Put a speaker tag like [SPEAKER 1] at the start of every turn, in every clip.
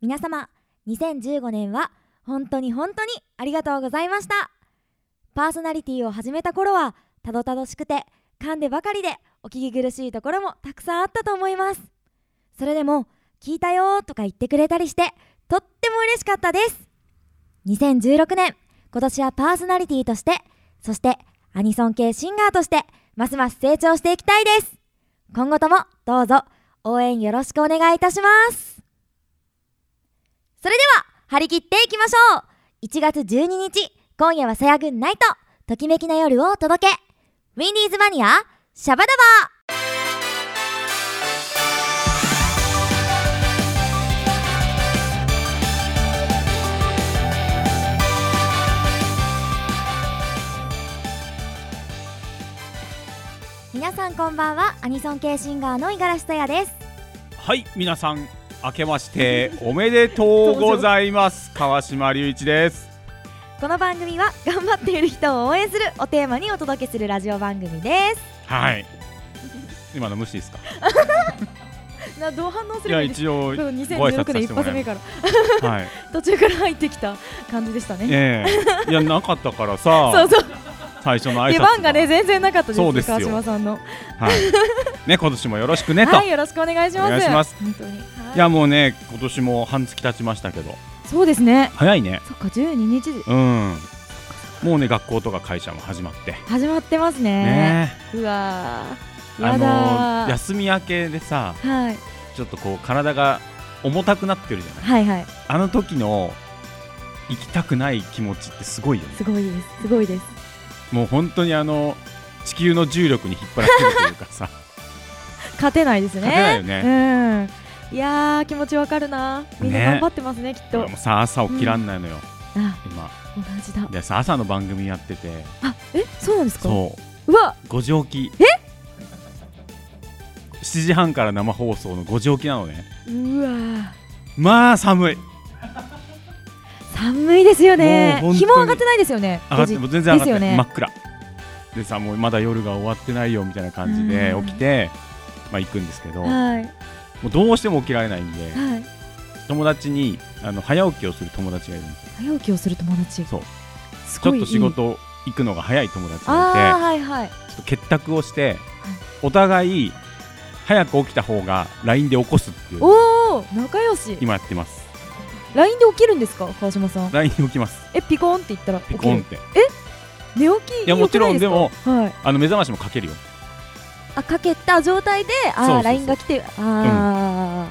[SPEAKER 1] 皆様2015年は本当に本当にありがとうございましたパーソナリティを始めた頃はたどたどしくて噛んでばかりでお聞き苦しいところもたくさんあったと思いますそれでも聞いたよーとか言ってくれたりしてとっても嬉しかったです2016年今年はパーソナリティとしてそしてアニソン系シンガーとしてますます成長していきたいです今後ともどうぞ応援よろしくお願いいたしますそれでは張り切っていきましょう1月12日今夜はさやぐんナイトときめきな夜をお届けウィンディーズマニアシャバダバー皆さんこんばんはアニソン系シンガーの五十嵐さやです
[SPEAKER 2] はい皆さん明けま しておめでとうございます 川島隆一です
[SPEAKER 1] この番組は頑張っている人を応援するおテーマにお届けするラジオ番組で
[SPEAKER 2] はい今の無視ですか
[SPEAKER 1] すなどう反応す
[SPEAKER 2] いや
[SPEAKER 1] いいです
[SPEAKER 2] 一応
[SPEAKER 1] そう
[SPEAKER 2] ご挨拶させ
[SPEAKER 1] 2016
[SPEAKER 2] て
[SPEAKER 1] 年
[SPEAKER 2] もら
[SPEAKER 1] 一発
[SPEAKER 2] います
[SPEAKER 1] 目から
[SPEAKER 2] はい
[SPEAKER 1] 途中から入ってきた感じでしたね
[SPEAKER 2] え えいやなかったから
[SPEAKER 1] そ
[SPEAKER 2] さ
[SPEAKER 1] うそう
[SPEAKER 2] 最初の挨拶
[SPEAKER 1] 出番がね全然なかったです
[SPEAKER 2] そうですよ
[SPEAKER 1] 川島さんの
[SPEAKER 2] はいね今年もよろしくねと
[SPEAKER 1] はいよろしくお願いします
[SPEAKER 2] お願いします
[SPEAKER 1] 本当にはい
[SPEAKER 2] いやもうね今年も半月経ちましたけど
[SPEAKER 1] そうですね
[SPEAKER 2] 早いね
[SPEAKER 1] そっか12日
[SPEAKER 2] うんもうね学校とか会社も始まって
[SPEAKER 1] 始まってますね
[SPEAKER 2] ね
[SPEAKER 1] うわー
[SPEAKER 2] あ
[SPEAKER 1] やだ
[SPEAKER 2] の
[SPEAKER 1] ー
[SPEAKER 2] 休み明けでさ
[SPEAKER 1] はい
[SPEAKER 2] ちょっとこう体が重たくなってるじゃない
[SPEAKER 1] はいはい
[SPEAKER 2] あの時の行きたくない気持ちってすごいよね
[SPEAKER 1] すごいですすごいです
[SPEAKER 2] もう本当にあの地球の重力に引っ張られてるというかさ
[SPEAKER 1] 勝てない ですね。
[SPEAKER 2] 勝てないよ
[SPEAKER 1] ね。うん。いやー気持ちわかるな。みんな
[SPEAKER 2] ね
[SPEAKER 1] 頑張ってますねきっと。
[SPEAKER 2] 俺もさ朝起きらんないのよ、
[SPEAKER 1] あ
[SPEAKER 2] 今
[SPEAKER 1] 同じだ。
[SPEAKER 2] でさ朝の番組やってて
[SPEAKER 1] あえそうなんですか。
[SPEAKER 2] そう
[SPEAKER 1] わ
[SPEAKER 2] う5時起き7時半から生放送の5時起きなのね
[SPEAKER 1] うわー
[SPEAKER 2] まあ寒い
[SPEAKER 1] 寒いですよね。
[SPEAKER 2] もう本当に
[SPEAKER 1] 日も上がってないですよね。
[SPEAKER 2] 上がってもう全然上がってない、
[SPEAKER 1] ですよね
[SPEAKER 2] 真っ暗でさもうまだ夜が終わってないよみたいな感じで
[SPEAKER 1] うん
[SPEAKER 2] 起きて、まあ、行くんですけども
[SPEAKER 1] はい
[SPEAKER 2] うどうしても起きられないんで
[SPEAKER 1] はい。
[SPEAKER 2] 友達にあの早起きをする友達がいるんですよ
[SPEAKER 1] 早起きをする友達。
[SPEAKER 2] そう
[SPEAKER 1] す
[SPEAKER 2] ちょ
[SPEAKER 1] ご
[SPEAKER 2] っ
[SPEAKER 1] いいい
[SPEAKER 2] と仕。事行くのが早い友達
[SPEAKER 1] あ
[SPEAKER 2] が
[SPEAKER 1] あはいはい。
[SPEAKER 2] いてちょっと結託をしてお互い早く起きた方が LINE で起こすっていう
[SPEAKER 1] おお仲良し。
[SPEAKER 2] 今やってます
[SPEAKER 1] LINE で起きるんですか川島さん。
[SPEAKER 2] LINE で起きます
[SPEAKER 1] えピコーンって言ったら起
[SPEAKER 2] ピ
[SPEAKER 1] き
[SPEAKER 2] コンっ
[SPEAKER 1] る。
[SPEAKER 2] て
[SPEAKER 1] 寝起き
[SPEAKER 2] いやもちろ
[SPEAKER 1] 良
[SPEAKER 2] ん
[SPEAKER 1] くないすか。はい。
[SPEAKER 2] あの目覚ましもかけるよ
[SPEAKER 1] あかけた状態で
[SPEAKER 2] そうそう
[SPEAKER 1] あ
[SPEAKER 2] そ
[SPEAKER 1] あ
[SPEAKER 2] う
[SPEAKER 1] LINE が来てああ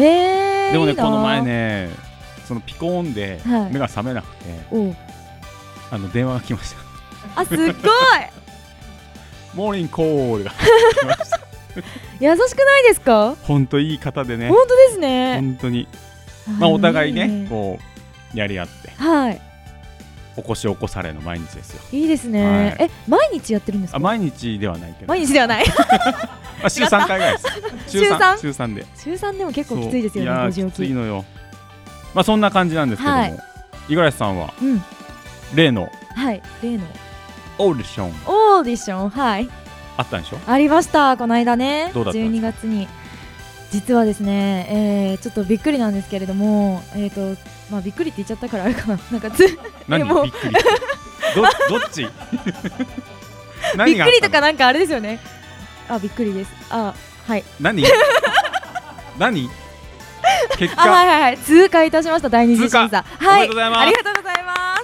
[SPEAKER 1] へえ。
[SPEAKER 2] でもね
[SPEAKER 1] いい
[SPEAKER 2] こ
[SPEAKER 1] なー
[SPEAKER 2] の前。ねそのピコーンで
[SPEAKER 1] はい
[SPEAKER 2] 目が覚めなくて、
[SPEAKER 1] おう
[SPEAKER 2] あの電話が来ました
[SPEAKER 1] あすっごい
[SPEAKER 2] モーニングコールが
[SPEAKER 1] 優しくないですか
[SPEAKER 2] 本当いい方でね
[SPEAKER 1] 本当ですね
[SPEAKER 2] 本当にまあお互いねこうやり合って
[SPEAKER 1] はい
[SPEAKER 2] 起こし起こされの毎日ですよ
[SPEAKER 1] いいですね、
[SPEAKER 2] は
[SPEAKER 1] え毎日やってるんです
[SPEAKER 2] あ
[SPEAKER 1] か
[SPEAKER 2] 毎日ではないけど
[SPEAKER 1] 毎日ではない
[SPEAKER 2] あ週3回ぐらいです
[SPEAKER 1] 週
[SPEAKER 2] 三
[SPEAKER 1] 三
[SPEAKER 2] 週3で
[SPEAKER 1] 週3でも結構きついですよね
[SPEAKER 2] そうや
[SPEAKER 1] 5
[SPEAKER 2] ー
[SPEAKER 1] 時
[SPEAKER 2] きつい
[SPEAKER 1] 起き
[SPEAKER 2] のよまあそんな感じなんですけども、
[SPEAKER 1] はい
[SPEAKER 2] 五十嵐さんは
[SPEAKER 1] うん
[SPEAKER 2] 例の
[SPEAKER 1] はい例の
[SPEAKER 2] オーディション
[SPEAKER 1] オーディションはい
[SPEAKER 2] あったんでしょ
[SPEAKER 1] ありましたこの間ね
[SPEAKER 2] どうだったんで
[SPEAKER 1] 12月に実はですね、えー、ちょっとびっくりなんですけれどもえっ、ー、とまあびっくりって言っちゃったからあれかな なんかつびっ
[SPEAKER 2] 何
[SPEAKER 1] でも
[SPEAKER 2] びっくりどどっ ち何があ
[SPEAKER 1] く
[SPEAKER 2] っ
[SPEAKER 1] り
[SPEAKER 2] た
[SPEAKER 1] と
[SPEAKER 2] の
[SPEAKER 1] かなんかあれですよねあびっくりですあはい
[SPEAKER 2] 何何結
[SPEAKER 1] あは
[SPEAKER 2] 果
[SPEAKER 1] いはいはい通過いたしました第二次審
[SPEAKER 2] 通過
[SPEAKER 1] 査は
[SPEAKER 2] おめでとうございます
[SPEAKER 1] ありがとうございま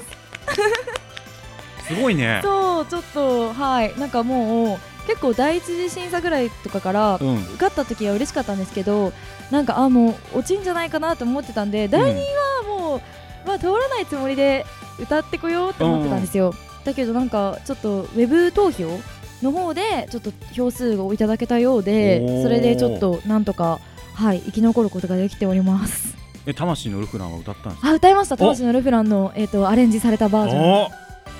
[SPEAKER 1] す
[SPEAKER 2] すごいね
[SPEAKER 1] そうちょっとはいなんかもう結構第一次審査ぐらいとかから、
[SPEAKER 2] うん
[SPEAKER 1] 受かった時は嬉しかったんですけどなんかあもう落ちんじゃないかなと思ってたんで第二はもう、まあ通らないつもりで歌ってこようと思ってたんですよ、だけどなんかちょっとウェブ投票の方でちょっと票数をいただけたよう
[SPEAKER 2] おー
[SPEAKER 1] でそれでちょっとなんとかはい生き残ることができております
[SPEAKER 2] え魂のルフランは歌ったんですか
[SPEAKER 1] あ歌いました
[SPEAKER 2] お
[SPEAKER 1] 魂のルフランの、えー、とアレンジされたバージョン
[SPEAKER 2] お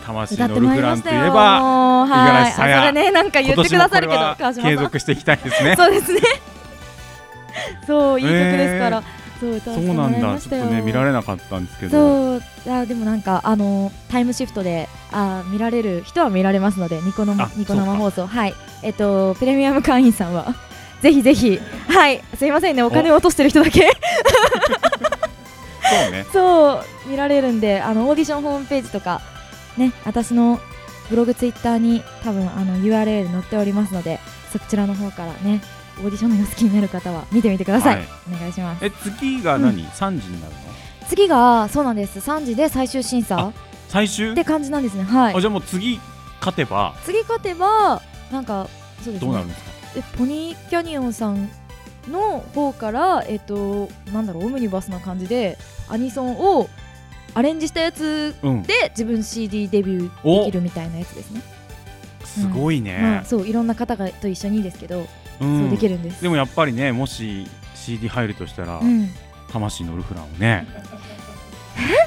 [SPEAKER 2] 魂
[SPEAKER 1] 歌っ
[SPEAKER 2] の
[SPEAKER 1] て
[SPEAKER 2] ル
[SPEAKER 1] まい
[SPEAKER 2] フ
[SPEAKER 1] り
[SPEAKER 2] ラ
[SPEAKER 1] ま
[SPEAKER 2] ン
[SPEAKER 1] し
[SPEAKER 2] と
[SPEAKER 1] た
[SPEAKER 2] いえ
[SPEAKER 1] よ
[SPEAKER 2] ば
[SPEAKER 1] もう
[SPEAKER 2] 五十
[SPEAKER 1] はい
[SPEAKER 2] 嵐
[SPEAKER 1] あ
[SPEAKER 2] さ
[SPEAKER 1] そ
[SPEAKER 2] や
[SPEAKER 1] れねなんか言
[SPEAKER 2] 今
[SPEAKER 1] って
[SPEAKER 2] 年
[SPEAKER 1] く
[SPEAKER 2] も
[SPEAKER 1] だ
[SPEAKER 2] こ
[SPEAKER 1] さ
[SPEAKER 2] れ
[SPEAKER 1] るけど
[SPEAKER 2] は
[SPEAKER 1] 川島さ
[SPEAKER 2] 継
[SPEAKER 1] ん
[SPEAKER 2] 続していきたいですね
[SPEAKER 1] そうですね。 そういい曲ですから。そう歌わ
[SPEAKER 2] そ
[SPEAKER 1] せ
[SPEAKER 2] う
[SPEAKER 1] ても
[SPEAKER 2] な
[SPEAKER 1] ら
[SPEAKER 2] ん
[SPEAKER 1] いま
[SPEAKER 2] だ、ち
[SPEAKER 1] し
[SPEAKER 2] ょったと
[SPEAKER 1] よ。
[SPEAKER 2] ね、見られなかったんですけ
[SPEAKER 1] そ
[SPEAKER 2] ど、
[SPEAKER 1] うあでもなんかあのタイムシフトであ見られる人は見られますのでニコの
[SPEAKER 2] あ
[SPEAKER 1] ニコ
[SPEAKER 2] そう
[SPEAKER 1] 生
[SPEAKER 2] か
[SPEAKER 1] 放送はいえっとプレミアム会員さんはぜひぜひはいすいませんねお金を落としてる人だけ
[SPEAKER 2] よね
[SPEAKER 1] そう見られるんであのオーディションホームページとかね私のブログツイッターに多分あの URL 載っておりますのでそちらの方からねオーディションの好きになる方は見てみてください、
[SPEAKER 2] はい
[SPEAKER 1] お願いします
[SPEAKER 2] え次が何、3時になるの
[SPEAKER 1] 次がそうなんです3時で最終審査
[SPEAKER 2] あ最終
[SPEAKER 1] って感じなんですねはい
[SPEAKER 2] あじゃあもう次勝てば
[SPEAKER 1] 次勝てばなんかそうです
[SPEAKER 2] どうなる
[SPEAKER 1] ね
[SPEAKER 2] んですか、
[SPEAKER 1] えポニーキャニオンさんの方からえっとなんだろうオムニバスな感じでアニソンをアレンジしたやつ
[SPEAKER 2] うん
[SPEAKER 1] で自分 CD デビューできるみたいなやつですね、
[SPEAKER 2] すごい
[SPEAKER 1] まあ、
[SPEAKER 2] ね、
[SPEAKER 1] そういろんな方がと一緒にですけど、
[SPEAKER 2] うん
[SPEAKER 1] そうできるんです
[SPEAKER 2] でもやっぱりねもし CD 入るとしたら、
[SPEAKER 1] うん、い
[SPEAKER 2] 魂乗るフランをねこ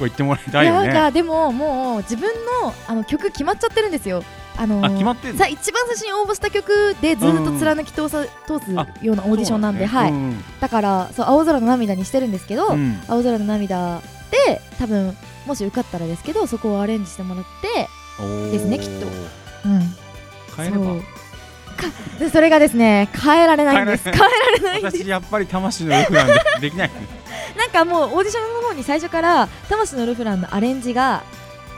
[SPEAKER 2] う言ってもらいたい
[SPEAKER 1] や
[SPEAKER 2] よ
[SPEAKER 1] なん
[SPEAKER 2] ね
[SPEAKER 1] かでももう自分のあの曲決まっちゃってるんですよあのー
[SPEAKER 2] あ決まってんの
[SPEAKER 1] さ一番最初に応募した曲でずっと貫き通さ、通すようなオーディションなんで
[SPEAKER 2] そう
[SPEAKER 1] はい、
[SPEAKER 2] だね
[SPEAKER 1] だからそう青空の涙にしてるんですけど、
[SPEAKER 2] うんうん
[SPEAKER 1] 青空の涙で多分もし受かったらですけどそこをアレンジしてもらって、ですねきっとうん、
[SPEAKER 2] 変えれば
[SPEAKER 1] そうかでそれがですね変えられないんです変
[SPEAKER 2] 変
[SPEAKER 1] え
[SPEAKER 2] え
[SPEAKER 1] られないんです
[SPEAKER 2] 私やっぱり魂のルフなんで できない
[SPEAKER 1] なんかもうオーディションの方に最初から「魂のルフラン」のアレンジが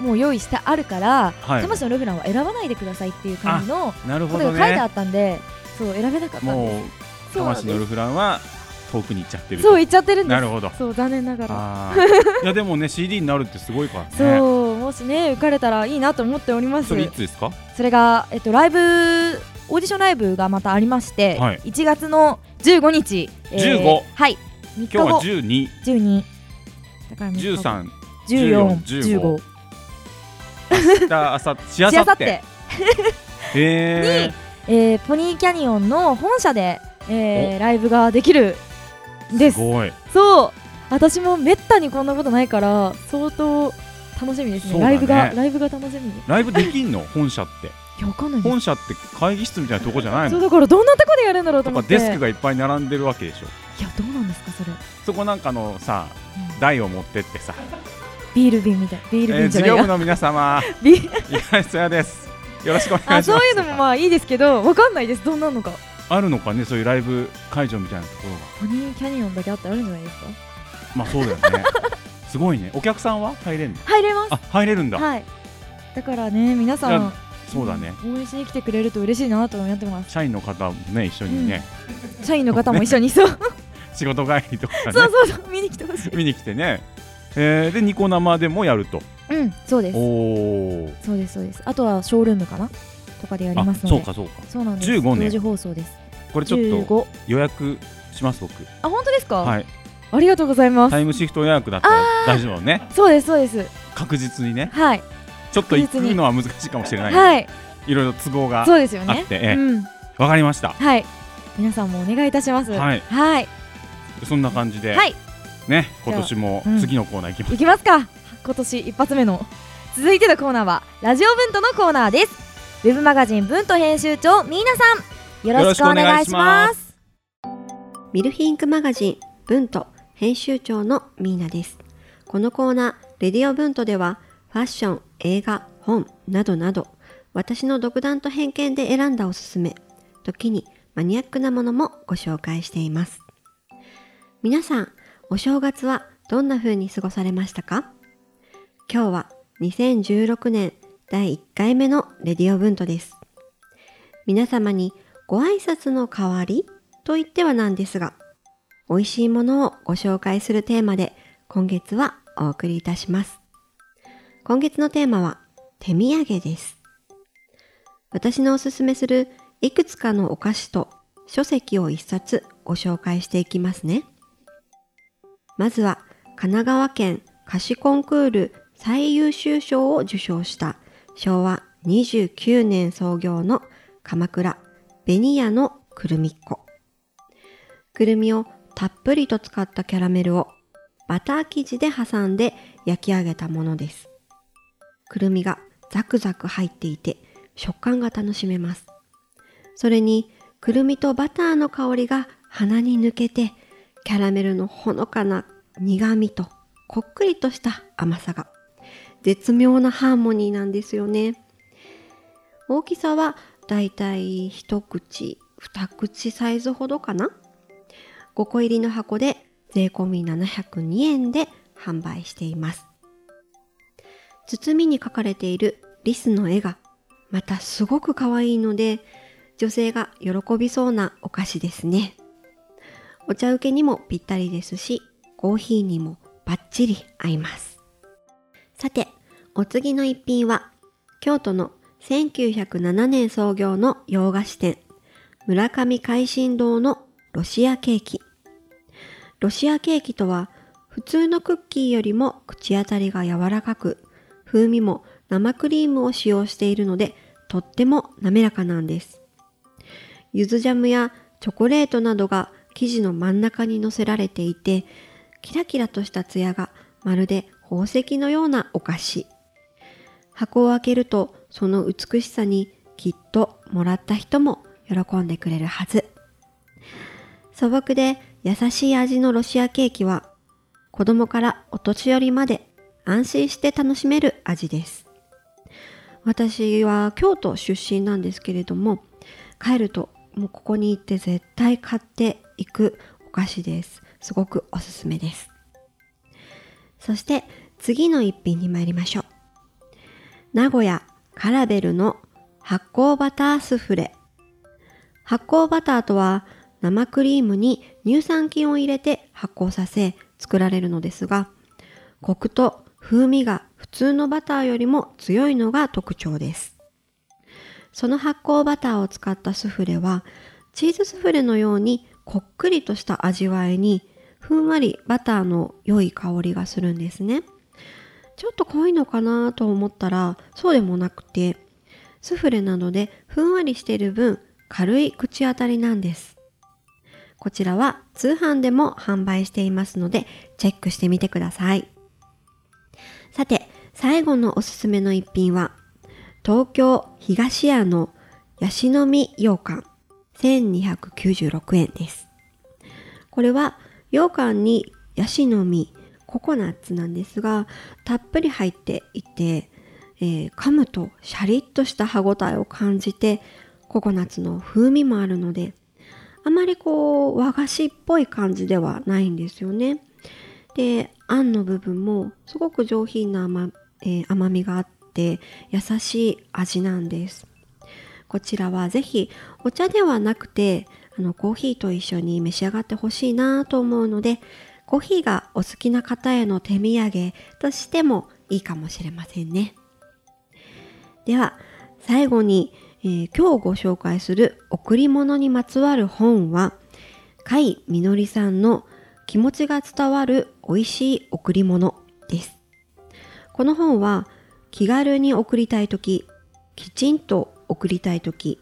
[SPEAKER 1] もう用意してあるから「
[SPEAKER 2] はい
[SPEAKER 1] 魂のルフラン」は選ばないでくださいっていう感じの
[SPEAKER 2] なる
[SPEAKER 1] こ
[SPEAKER 2] ほ
[SPEAKER 1] と
[SPEAKER 2] ど
[SPEAKER 1] が書いてあ
[SPEAKER 2] ね
[SPEAKER 1] ったんで、そう選べなかったん
[SPEAKER 2] も
[SPEAKER 1] で
[SPEAKER 2] う
[SPEAKER 1] すそうなん
[SPEAKER 2] 魂の
[SPEAKER 1] で
[SPEAKER 2] ルフランは遠くに行っちゃってる
[SPEAKER 1] すそう言っちゃってるんで
[SPEAKER 2] な
[SPEAKER 1] す
[SPEAKER 2] るほど
[SPEAKER 1] そう残念ながら
[SPEAKER 2] あ ーいやでもね CD になるってすごいからね
[SPEAKER 1] そうもしね受かれたらいいなと思っております
[SPEAKER 2] それいつですか
[SPEAKER 1] それが、えっと、ライブオーディションライブがまたありまして、
[SPEAKER 2] はい
[SPEAKER 1] 1月の15日、
[SPEAKER 2] 15
[SPEAKER 1] はい3日
[SPEAKER 2] 今日
[SPEAKER 1] 後
[SPEAKER 2] は十二、
[SPEAKER 1] 12だから3日
[SPEAKER 2] 十
[SPEAKER 1] 後
[SPEAKER 2] 三、
[SPEAKER 1] 14 15
[SPEAKER 2] 15 明日、明後日、しあ
[SPEAKER 1] しあ
[SPEAKER 2] さ
[SPEAKER 1] さ
[SPEAKER 2] っ
[SPEAKER 1] って
[SPEAKER 2] て。え
[SPEAKER 1] えーポニーキャニオンの本社で、えーライブができるんで
[SPEAKER 2] ー、
[SPEAKER 1] す
[SPEAKER 2] すごい。
[SPEAKER 1] そう私もめったにこんなことないから相当楽しみですね
[SPEAKER 2] そうだ
[SPEAKER 1] ラ
[SPEAKER 2] ね
[SPEAKER 1] イブがライブが楽しみで
[SPEAKER 2] ライブできんの、本社って。
[SPEAKER 1] いやわかんないです
[SPEAKER 2] 本社って会議室みたいなとこじゃない
[SPEAKER 1] そう
[SPEAKER 2] の。
[SPEAKER 1] だからどんなとこでやるんだろうと
[SPEAKER 2] と
[SPEAKER 1] 思
[SPEAKER 2] か
[SPEAKER 1] って
[SPEAKER 2] デスクがいっぱい並んでるわけでしょ。
[SPEAKER 1] いやどうなんですかそれ、
[SPEAKER 2] そこなんかのさ
[SPEAKER 1] う、ん
[SPEAKER 2] 台を持ってってさ、
[SPEAKER 1] ビール瓶みたいビー
[SPEAKER 2] え
[SPEAKER 1] ル瓶
[SPEAKER 2] ー、
[SPEAKER 1] じゃ
[SPEAKER 2] 事
[SPEAKER 1] ない
[SPEAKER 2] 業
[SPEAKER 1] や
[SPEAKER 2] 部の皆様、
[SPEAKER 1] ビ
[SPEAKER 2] 岩井やです。よろしくお願いします。
[SPEAKER 1] あそういうのもまあいいですけどわかんないですどんなのか
[SPEAKER 2] あるのかね、そういうライブ会場みたいなところが。
[SPEAKER 1] ポニーキャニオンだけあったらあるんじゃないですか
[SPEAKER 2] まあそうだよ ね。すごいね。お客さんは入れんの？
[SPEAKER 1] 入れま
[SPEAKER 2] あ、入れるん
[SPEAKER 1] す
[SPEAKER 2] だ。
[SPEAKER 1] はいだからね皆さ
[SPEAKER 2] い
[SPEAKER 1] ん
[SPEAKER 2] やそうだね。
[SPEAKER 1] 応援しに来てくれると嬉しいなと思ってます
[SPEAKER 2] 社員の方もね、一緒にね、
[SPEAKER 1] 社員の方も一緒にそう
[SPEAKER 2] 仕事帰りとかね。
[SPEAKER 1] そうそうそう見に来てほしい
[SPEAKER 2] 見に来てね、えー、でニコ生でもやると
[SPEAKER 1] うんそうです
[SPEAKER 2] おお
[SPEAKER 1] そうですそうですあとはショールームかなとかでやりますの
[SPEAKER 2] そう
[SPEAKER 1] で
[SPEAKER 2] かそうか
[SPEAKER 1] そうなんです
[SPEAKER 2] 15ね
[SPEAKER 1] 同時放送です
[SPEAKER 2] これちょっと
[SPEAKER 1] 15
[SPEAKER 2] 予約します僕
[SPEAKER 1] あ本当ですか、
[SPEAKER 2] はい
[SPEAKER 1] ありがとうございます
[SPEAKER 2] タイムシフト予約だったら大丈夫だね
[SPEAKER 1] そうですそうです
[SPEAKER 2] 確実にね
[SPEAKER 1] はい
[SPEAKER 2] ちょっと行く
[SPEAKER 1] 確実に
[SPEAKER 2] のは難しいかもしれない、
[SPEAKER 1] はい
[SPEAKER 2] い、ろいろ都合が
[SPEAKER 1] そうですよ
[SPEAKER 2] あ
[SPEAKER 1] ね
[SPEAKER 2] って、ええ
[SPEAKER 1] うん
[SPEAKER 2] わかりました
[SPEAKER 1] はい皆さんもお願いいたします
[SPEAKER 2] はい
[SPEAKER 1] はい
[SPEAKER 2] そんな感じで、
[SPEAKER 1] はい
[SPEAKER 2] ね今年も
[SPEAKER 1] じゃあうん
[SPEAKER 2] 次のコーナー行きます、
[SPEAKER 1] いきますか今年一発目の続いてのコーナーはラジオ文とのコーナーですウェブマガジン文と編集長みーなさんよろしくお願いします
[SPEAKER 3] ミルフィンクマガジン文と編集長のミーナです。このコーナー、レディオ文とでは、ファッション、映画、本などなど、私の独断と偏見で選んだおすすめ、時にマニアックなものもご紹介しています。皆さん、お正月はどんな風に過ごされましたか今日は2016年第1回目のレディオ文とです。皆様にご挨拶の代わりと言ってはなんですが、美味しいものをご紹介するテーマで今月はお送りいたします。今月のテーマは手土産です。私のおすすめするいくつかのお菓子と書籍を一冊ご紹介していきますね。まずは神奈川県菓子コンクール最優秀賞を受賞した昭和29年創業の鎌倉紅屋のくるみっこ。くるみをたっぷりと使ったキャラメルをバター生地で挟んで焼き上げたものです。くるみがザクザク入っていて食感が楽しめます。それにくるみとバターの香りが鼻に抜けてキャラメルのほのかな苦味とこっくりとした甘さが絶妙なハーモニーなんですよね。大きさはだいたい一口二口サイズほどかな5個入りの箱で税込み702円で販売しています。包みに描かれているリスの絵がまたすごく可愛いので女性が喜びそうなお菓子ですね。お茶受けにもぴったりですしコーヒーにもバッチリ合います。さて、お次の一品は京都の1907年創業の洋菓子店村上海進堂のロシアケーキ。ロシアケーキとは普通のクッキーよりも口当たりが柔らかく風味も生クリームを使用しているのでとっても滑らかなんですゆずジャムやチョコレートなどが生地の真ん中に乗せられていてキラキラとしたツヤがまるで宝石のようなお菓子箱を開けるとその美しさにきっともらった人も喜んでくれるはず素朴で優しい味のロシアケーキは子供からお年寄りまで安心して楽しめる味です。私は京都出身なんですけれども、帰るともうここに行って絶対買っていくお菓子です。すごくおすすめです。そして次の一品に参りましょう。名古屋カラベルの発酵バタースフレ。発酵バターとは生クリームに乳酸菌を入れて発酵させ作られるのですがコクと風味が普通のバターよりも強いのが特徴ですその発酵バターを使ったスフレはチーズスフレのようにこっくりとした味わいにふんわりバターの良い香りがするんですねちょっと濃いのかなと思ったらそうでもなくてスフレなどでふんわりしている分軽い口当たりなんですこちらは通販でも販売していますのでチェックしてみてくださいさて最後のおすすめの一品は東京東屋のヤシの実羊羹1296円ですこれは羊羹にヤシの実ココナッツなんですがたっぷり入っていてえー噛むとシャリッとした歯ごたえを感じてココナッツの風味もあるのであまりこう和菓子っぽい感じではないんですよねであんの部分もすごく上品な甘,、えー甘みがあって優しい味なんですこちらはぜひお茶ではなくてあのコーヒーと一緒に召し上がってほしいなと思うのでコーヒーがお好きな方への手土産としてもいいかもしれませんね。では最後に、えー今日ご紹介する贈り物にまつわる本は甲斐みのりさんの気持ちが伝わる美味しい贈り物ですこの本は気軽に贈りたいとききちんと贈りたいとき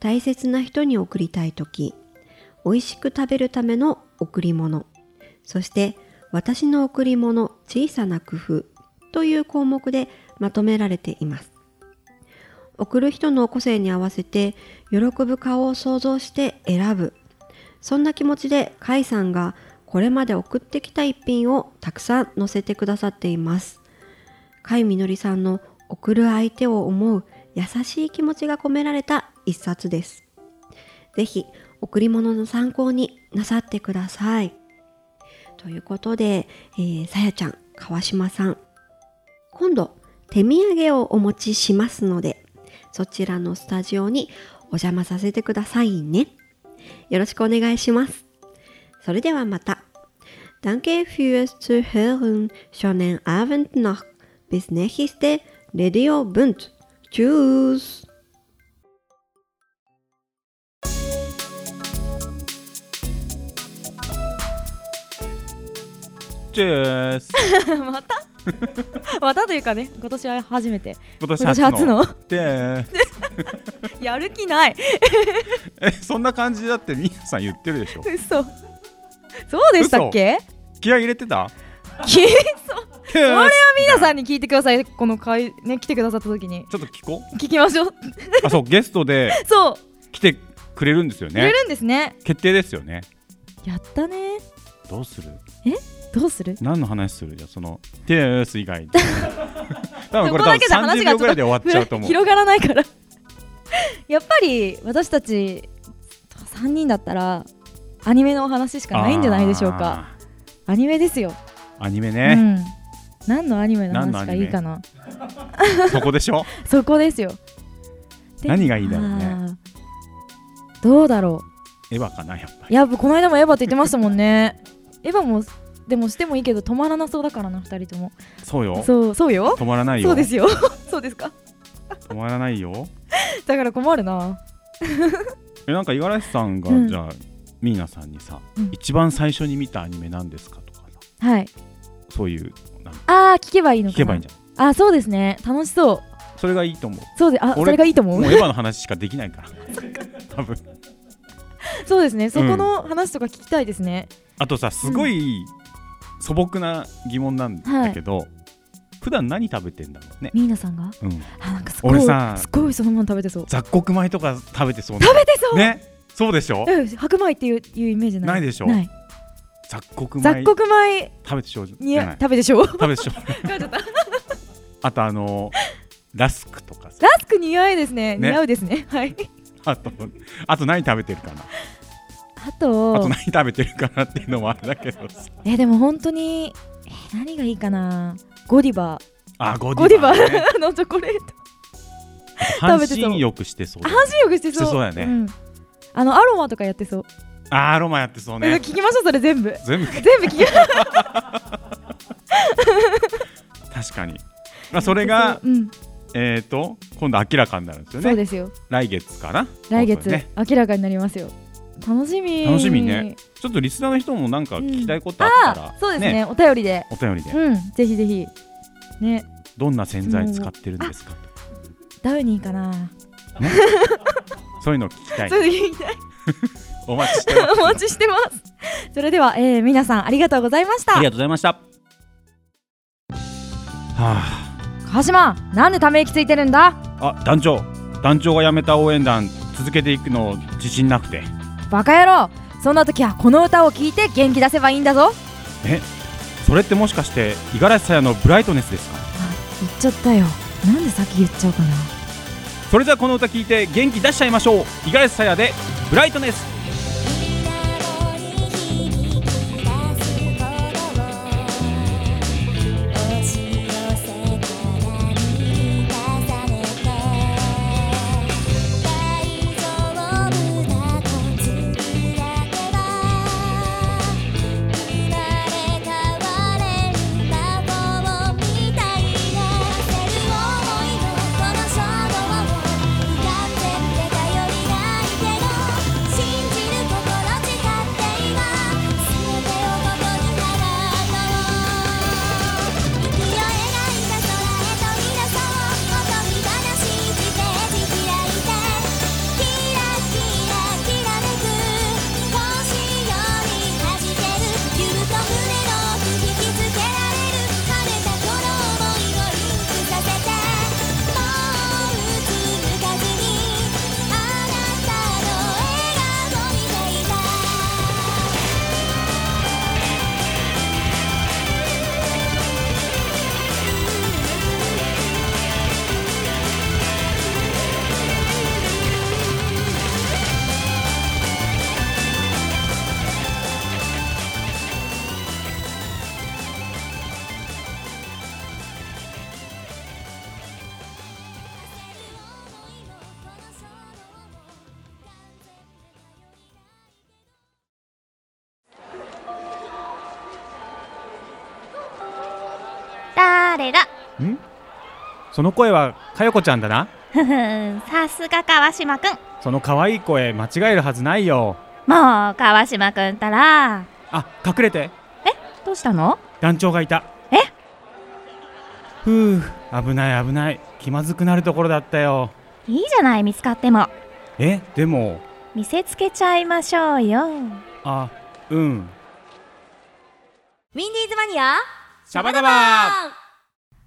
[SPEAKER 3] 大切な人に贈りたいとき美味しく食べるための贈り物そして私の贈り物小さな工夫という項目でまとめられています送る人の個性に合わせて喜ぶ顔を想像して選ぶそんな気持ちで甲斐さんがこれまで送ってきた一品をたくさん載せてくださっています甲斐みのりさんの送る相手を思う優しい気持ちが込められた一冊ですぜひ贈り物の参考になさってくださいということで、えーさやちゃん川島さん今度手土産をお持ちしますのでそちらのスタジオにお邪魔させてくださいね。よろしくお願いします。それではまた。Danke fürs Zuhören. Schönen Abend noch. Bis nächste Radio Bund. Tschüss.
[SPEAKER 2] チュース。
[SPEAKER 1] またまたというかね今年は初めて
[SPEAKER 2] 今
[SPEAKER 1] 今年初の
[SPEAKER 2] チュー ス
[SPEAKER 1] やる気ない
[SPEAKER 2] え、そんな感じだってみなさん言ってるでしょ。
[SPEAKER 1] 嘘そうでしたっけ
[SPEAKER 2] 気合い入れてた？
[SPEAKER 1] き
[SPEAKER 2] それは
[SPEAKER 1] 皆さんに聞いてくださいこの回ね来てくださった時に
[SPEAKER 2] ちょっと聞こう。
[SPEAKER 1] 聞きましょう
[SPEAKER 2] あ、そうゲストで
[SPEAKER 1] そう
[SPEAKER 2] 来てくれるんですよ
[SPEAKER 1] くれ
[SPEAKER 2] ね。
[SPEAKER 1] るんですね
[SPEAKER 2] 決定ですよね。
[SPEAKER 1] やったね
[SPEAKER 2] どうする？
[SPEAKER 1] どうする
[SPEAKER 2] 何の話する？じゃあそのチュース以外。多分これ
[SPEAKER 1] そこだけ
[SPEAKER 2] 多分
[SPEAKER 1] で
[SPEAKER 2] 三
[SPEAKER 1] 話
[SPEAKER 2] 十
[SPEAKER 1] がちょっと
[SPEAKER 2] 秒ぐらいで終わっちゃうと思う。
[SPEAKER 1] 広がらないから やっぱり私たち3人だったらアニメのお話しかないんじゃないでしょうか
[SPEAKER 2] あ
[SPEAKER 1] アニメですよ
[SPEAKER 2] ー。アニメ
[SPEAKER 1] う
[SPEAKER 2] ね、
[SPEAKER 1] ん、何のアニメの
[SPEAKER 2] 何の
[SPEAKER 1] 話
[SPEAKER 2] ア
[SPEAKER 1] が
[SPEAKER 2] ニメ
[SPEAKER 1] いいかな
[SPEAKER 2] そこでしょ
[SPEAKER 1] そこですよで
[SPEAKER 2] 何がいいだろうね
[SPEAKER 1] あーどうだろ
[SPEAKER 2] エヴァかなやっぱ
[SPEAKER 1] う
[SPEAKER 2] り
[SPEAKER 1] やっぱこの間もエヴァって言ってましたもんね エヴァもでもしてもいいけど止まらなそうだからな2人とも
[SPEAKER 2] そうよ
[SPEAKER 1] そうそうよ
[SPEAKER 2] 止まらないよ
[SPEAKER 1] そうですよ そうですか
[SPEAKER 2] 止まらないよ
[SPEAKER 1] だから困るな
[SPEAKER 2] えなんか五十嵐さんが、
[SPEAKER 1] うん
[SPEAKER 2] じゃあミーナさんにさ、
[SPEAKER 1] うん
[SPEAKER 2] 一番最初に見たアニメなんですかとかさ
[SPEAKER 1] はい
[SPEAKER 2] そういうなんか
[SPEAKER 1] ああ聞けばいいのかな
[SPEAKER 2] 聞けばいいんじゃない
[SPEAKER 1] あーそうですね楽しそう
[SPEAKER 2] それがいいと思う
[SPEAKER 1] そうであそ
[SPEAKER 2] 俺
[SPEAKER 1] れがいいと思
[SPEAKER 2] も
[SPEAKER 1] う
[SPEAKER 2] うエヴァの話しかできないから多分
[SPEAKER 1] そうですねそこの話とか聞きたいですね、
[SPEAKER 2] あとさすごい素朴な疑問なんだけど、普段何食べてんだろうね、
[SPEAKER 1] ミーナさんが
[SPEAKER 2] うん、
[SPEAKER 1] あなんかすごい
[SPEAKER 2] 俺さ
[SPEAKER 1] すごいそのまま食べてそう
[SPEAKER 2] 雑穀米とか食べてそうな
[SPEAKER 1] 食べてそう、
[SPEAKER 2] ねそうでしょ
[SPEAKER 1] うん白米っていういうイメージない
[SPEAKER 2] ないでしょ
[SPEAKER 1] ない
[SPEAKER 2] 雑穀
[SPEAKER 1] 雑
[SPEAKER 2] 米
[SPEAKER 1] 穀米
[SPEAKER 2] 食べてしょうじ
[SPEAKER 1] に
[SPEAKER 2] ゃない
[SPEAKER 1] 食べでしょ
[SPEAKER 2] 食べてしょう
[SPEAKER 1] 噛んじゃったラ
[SPEAKER 2] あとあのラスクとかさ
[SPEAKER 1] スク似合いですね
[SPEAKER 2] ね
[SPEAKER 1] 似合うですねはい
[SPEAKER 2] あとあと何食べてるかな
[SPEAKER 1] あ
[SPEAKER 2] あと
[SPEAKER 1] と
[SPEAKER 2] 何食べてるかなっていうのもあれだけどさ
[SPEAKER 1] えでも本当にえー何がいいかなゴディバ
[SPEAKER 2] あゴ
[SPEAKER 1] ゴディバ
[SPEAKER 2] ね
[SPEAKER 1] のチョコレート
[SPEAKER 2] 半
[SPEAKER 1] 食べてそう
[SPEAKER 2] 身浴してそう
[SPEAKER 1] あ半身浴してそう
[SPEAKER 2] してそうだよね
[SPEAKER 1] んあのアロマとかやってそう、
[SPEAKER 2] あアロマやってそう
[SPEAKER 1] え
[SPEAKER 2] ね
[SPEAKER 1] 聞きましょうそれ全部
[SPEAKER 2] 全部
[SPEAKER 1] 全部聞きましょ
[SPEAKER 2] 確かに、まあ、それが
[SPEAKER 1] う、うん、
[SPEAKER 2] えっ、と今度明らかになるんですよ
[SPEAKER 1] そう
[SPEAKER 2] ね
[SPEAKER 1] ですよ
[SPEAKER 2] 来月かな
[SPEAKER 1] 来月、
[SPEAKER 2] ね
[SPEAKER 1] 明らかになりますよ楽しみ
[SPEAKER 2] 楽しみねちょっとリスナーの人もなんか聞きたいことあったら、
[SPEAKER 1] あそうですねお便りで
[SPEAKER 2] お便りで、
[SPEAKER 1] うんぜひぜひね
[SPEAKER 2] どんな洗剤使ってるんですか
[SPEAKER 1] ダウニーかな
[SPEAKER 2] そういうのを聞きたい
[SPEAKER 1] それで聞きたい
[SPEAKER 2] お待ちし てます
[SPEAKER 1] お待ちしてますそれでは、えー、皆さんありがとうございました
[SPEAKER 2] ありがとうございましたはあ
[SPEAKER 1] 川島なんでため息ついてるんだ
[SPEAKER 2] あ団長団長が辞めた応援団続けていくの自信なくて
[SPEAKER 1] バカ野郎そんな時はこの歌を聴いて元気出せばいいんだぞ
[SPEAKER 2] それってもしかして五十嵐さやのブライトネスですか
[SPEAKER 1] 言っちゃったよなんで先言っちゃうかな
[SPEAKER 2] それではこの歌聞いて元気出しちゃいましょう五十嵐さやでブライトネス
[SPEAKER 4] 誰だ
[SPEAKER 2] んその声はかよこちゃんだな
[SPEAKER 4] ふふんさすが川島くん
[SPEAKER 2] その可愛い声間違えるはずないよ
[SPEAKER 4] もう川島くんたら
[SPEAKER 2] あ隠れて
[SPEAKER 4] どうしたの
[SPEAKER 2] 団長がいた
[SPEAKER 4] え
[SPEAKER 2] ふう危ない危ない気まずくなるところだったよ
[SPEAKER 4] いいじゃない見つかっても
[SPEAKER 2] えでも
[SPEAKER 4] 見せつけちゃいましょうよ
[SPEAKER 2] あうん
[SPEAKER 1] ウィンディーズマニア
[SPEAKER 2] シャバダバ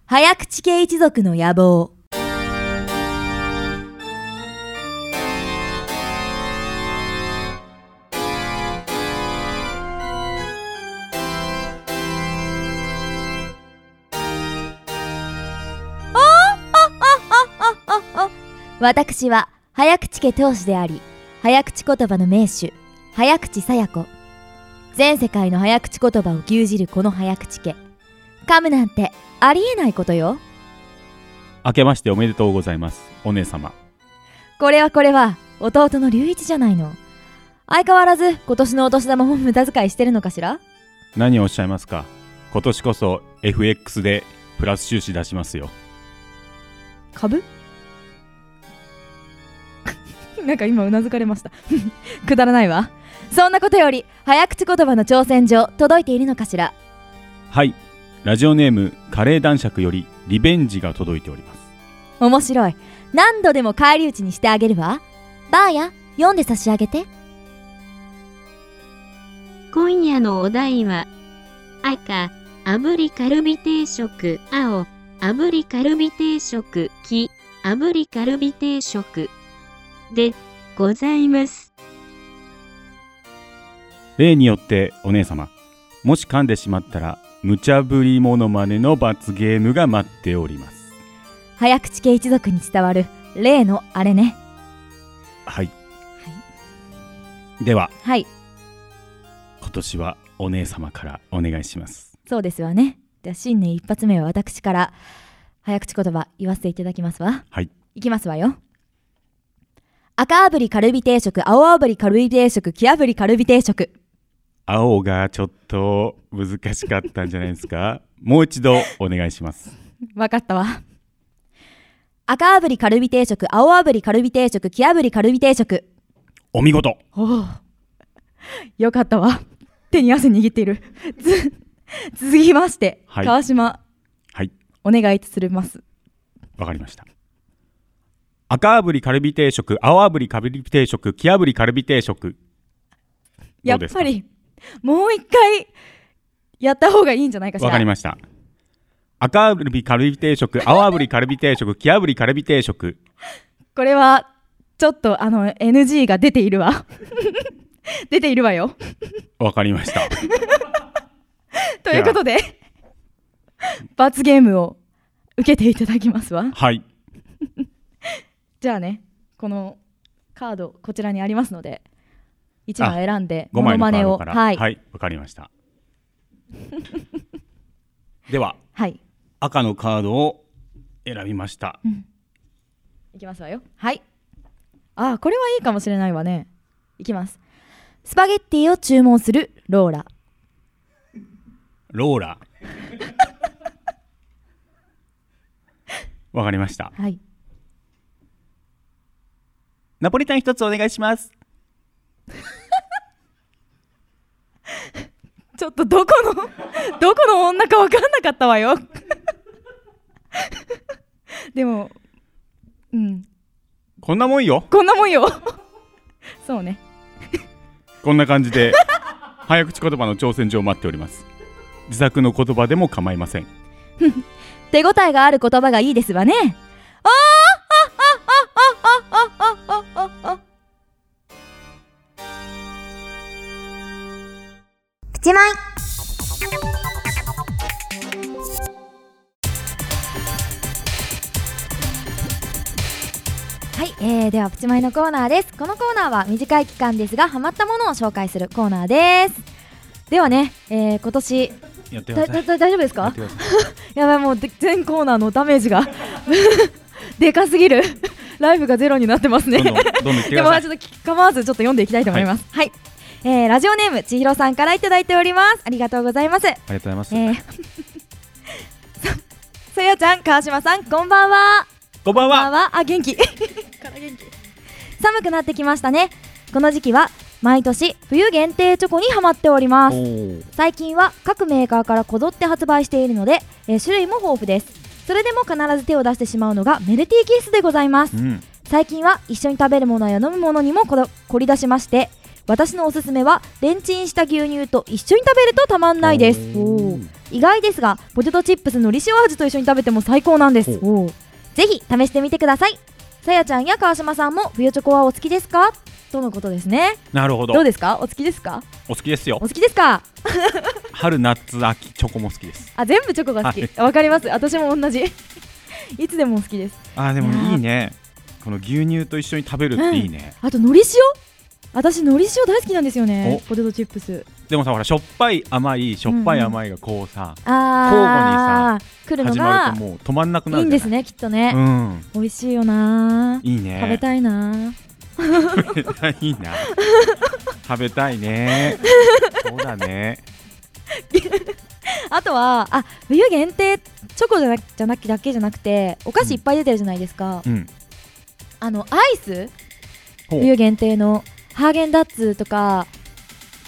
[SPEAKER 1] 早口系一族の野望私は早口家当主であり早口言葉の名手早口さや子全世界の早口言葉を牛耳るこの早口家噛むなんてありえないことよ
[SPEAKER 2] 明けましておめでとうございますお姉様
[SPEAKER 1] これはこれは弟の龍一じゃないの相変わらず今年のお年玉も無駄遣いしてるのかしら
[SPEAKER 2] 何をおっしゃいますか今年こそ FX でプラス収支出しますよ
[SPEAKER 1] 株 なんか今うなずかれました くだらないわそんなことより早口言葉の挑戦状届いているのかしら
[SPEAKER 2] はいラジオネームカレー男爵よりリベンジが届いております
[SPEAKER 1] 面白い何度でも返り討ちにしてあげるわバーや読んで差し上げて
[SPEAKER 5] 今夜のお題は、赤、炙りカルビ定食、青、炙りカルビ定食、黄、炙りカルビ定食でございます。
[SPEAKER 2] 例によってお姉様もし噛んでしまったら無茶ぶりモノマネの罰ゲームが待っております
[SPEAKER 1] 早口系一族に伝わる例のあれね
[SPEAKER 2] はい、では
[SPEAKER 1] はい
[SPEAKER 2] 今年はお姉様からお願いします
[SPEAKER 1] そうですわねじゃあ新年一発目は私から早口言葉言わせていただきますわ
[SPEAKER 2] はい
[SPEAKER 1] いきますわよ赤炙りカルビ定食青炙りカルビ定食黄炙りカルビ定食
[SPEAKER 2] 青がちょっと難しかったんじゃないです かもう一度お願いします
[SPEAKER 1] わかったわ赤炙りカルビ定食青炙りカルビ定食黄炙りカルビ定食
[SPEAKER 2] お見事
[SPEAKER 1] おおよかったわ手に汗握っているつ続きまして、
[SPEAKER 2] はい
[SPEAKER 1] 川島
[SPEAKER 2] はい
[SPEAKER 1] お願いいたします
[SPEAKER 2] わかりました赤炙りカルビ定食青炙りカルビ定食黄炙りカルビ定食
[SPEAKER 1] やっ
[SPEAKER 2] どうです
[SPEAKER 1] ぱ
[SPEAKER 2] か
[SPEAKER 1] りもう一回やった方がいいんじゃないかしら
[SPEAKER 2] わかりました赤炙りカルビ定食青炙りカルビ定食黄炙りカルビ定食
[SPEAKER 1] これはちょっとあの NG が出ているわ 出ているわよ
[SPEAKER 2] わかり ました
[SPEAKER 1] ということで罰ゲームを受けていただきますわ
[SPEAKER 2] はい
[SPEAKER 1] じゃあねこのカードこちらにありますので1枚選んで
[SPEAKER 2] 5
[SPEAKER 1] モノマ
[SPEAKER 2] 枚のカー
[SPEAKER 1] ネ
[SPEAKER 2] ド
[SPEAKER 1] を
[SPEAKER 2] から
[SPEAKER 1] はい
[SPEAKER 2] わ、かりました では
[SPEAKER 1] はい、
[SPEAKER 2] 赤のカードを選びました
[SPEAKER 1] いきますわよはいあーこれはいいかもしれないわねいきますスパゲッティを注文するローラ
[SPEAKER 2] ロ ーラわかりました
[SPEAKER 1] はい
[SPEAKER 2] ナポリタン一つお願いします
[SPEAKER 1] ちょっとどこの どこの女か分かんなかったわよ でもうん
[SPEAKER 2] こんなもんよ
[SPEAKER 1] こんなもんよ そうね
[SPEAKER 2] こんな感 じで早口言葉の挑戦状を待っております自作の言葉でも構いません
[SPEAKER 1] 手応えがある言葉がいいですわねあーあああああああああ
[SPEAKER 4] プチマイ
[SPEAKER 1] はい、えー、ではプチマイのコーナーですこのコーナーは短い期間ですがハマったものを紹介するコーナーですではね、えー、今年
[SPEAKER 2] やって
[SPEAKER 1] だ
[SPEAKER 2] く
[SPEAKER 1] だ
[SPEAKER 2] ださい
[SPEAKER 1] だ大丈夫ですか
[SPEAKER 2] やってください
[SPEAKER 1] やばいもうで全コーナーのダメージが でかすぎる ライブがゼロになってますね
[SPEAKER 2] どんどんどんどん言ってく
[SPEAKER 1] で
[SPEAKER 2] だ
[SPEAKER 1] も
[SPEAKER 2] さい
[SPEAKER 1] ちょっと構わずちょっと読んでいきたいと思いますはい、えー、ラジオネームちひろさんからいただいておりますありがとうございます
[SPEAKER 2] ありがとうござい
[SPEAKER 1] え
[SPEAKER 2] ま
[SPEAKER 1] ー
[SPEAKER 2] す、
[SPEAKER 1] ささやちゃん、川島さん、こんばんは。
[SPEAKER 2] こんばん
[SPEAKER 1] こんばん
[SPEAKER 2] は
[SPEAKER 1] は。あ、元気。 寒くなってきましたね。この時期は毎年冬限定チョコにハマっております。
[SPEAKER 2] おー
[SPEAKER 1] 最近は各メーカーからこぞって発売しているので、えー種類も豊富です。それでも必ず手を出してしまうのがメルティーキッスでございます
[SPEAKER 2] う。ん
[SPEAKER 1] 最近は一緒に食べるものや飲むものにもこだ凝り出しまして私のおすすめはレンチンした牛乳と一緒に食べるとたまんないです
[SPEAKER 2] おー
[SPEAKER 1] 意外ですがポテトチップスのり塩味と一緒に食べても最高なんですぜひ試してみてくださいさやちゃんや川島さんも冬チョコはお好きですかとのことですね
[SPEAKER 2] なるほ
[SPEAKER 1] ど
[SPEAKER 2] ど
[SPEAKER 1] うですかお好きですか
[SPEAKER 2] お好きですよ
[SPEAKER 1] お好きですか
[SPEAKER 2] 春夏秋チョコも好きです
[SPEAKER 1] あ全部チョコが好き
[SPEAKER 2] はい
[SPEAKER 1] わ、かります私も同じ いつでも好きです
[SPEAKER 2] あーで
[SPEAKER 1] いやー
[SPEAKER 2] もいいねこの牛乳と一緒に食べるっていいね、
[SPEAKER 1] あとのり塩私のり塩大好きなんですよね
[SPEAKER 2] お
[SPEAKER 1] ポテトチップス
[SPEAKER 2] でもさほらしょっぱい甘いしょっぱい甘いがこうさ、
[SPEAKER 1] ああ来るの
[SPEAKER 2] 始ま
[SPEAKER 1] が
[SPEAKER 2] るともう止まんなくないる
[SPEAKER 1] いん
[SPEAKER 2] じゃ
[SPEAKER 1] で
[SPEAKER 2] な
[SPEAKER 1] すねきっとね、
[SPEAKER 2] うん
[SPEAKER 1] 美味しいよな、
[SPEAKER 2] いいね
[SPEAKER 1] 食べたいな、
[SPEAKER 2] 食べた いな食べたいねそうだね
[SPEAKER 1] あとはあ冬限定チョコじゃなじゃなきだけじゃなくてお菓子いっぱい出てるじゃないですか、
[SPEAKER 2] うん
[SPEAKER 1] あのアイス
[SPEAKER 2] ほう
[SPEAKER 1] 冬限定のハーゲンダッツとか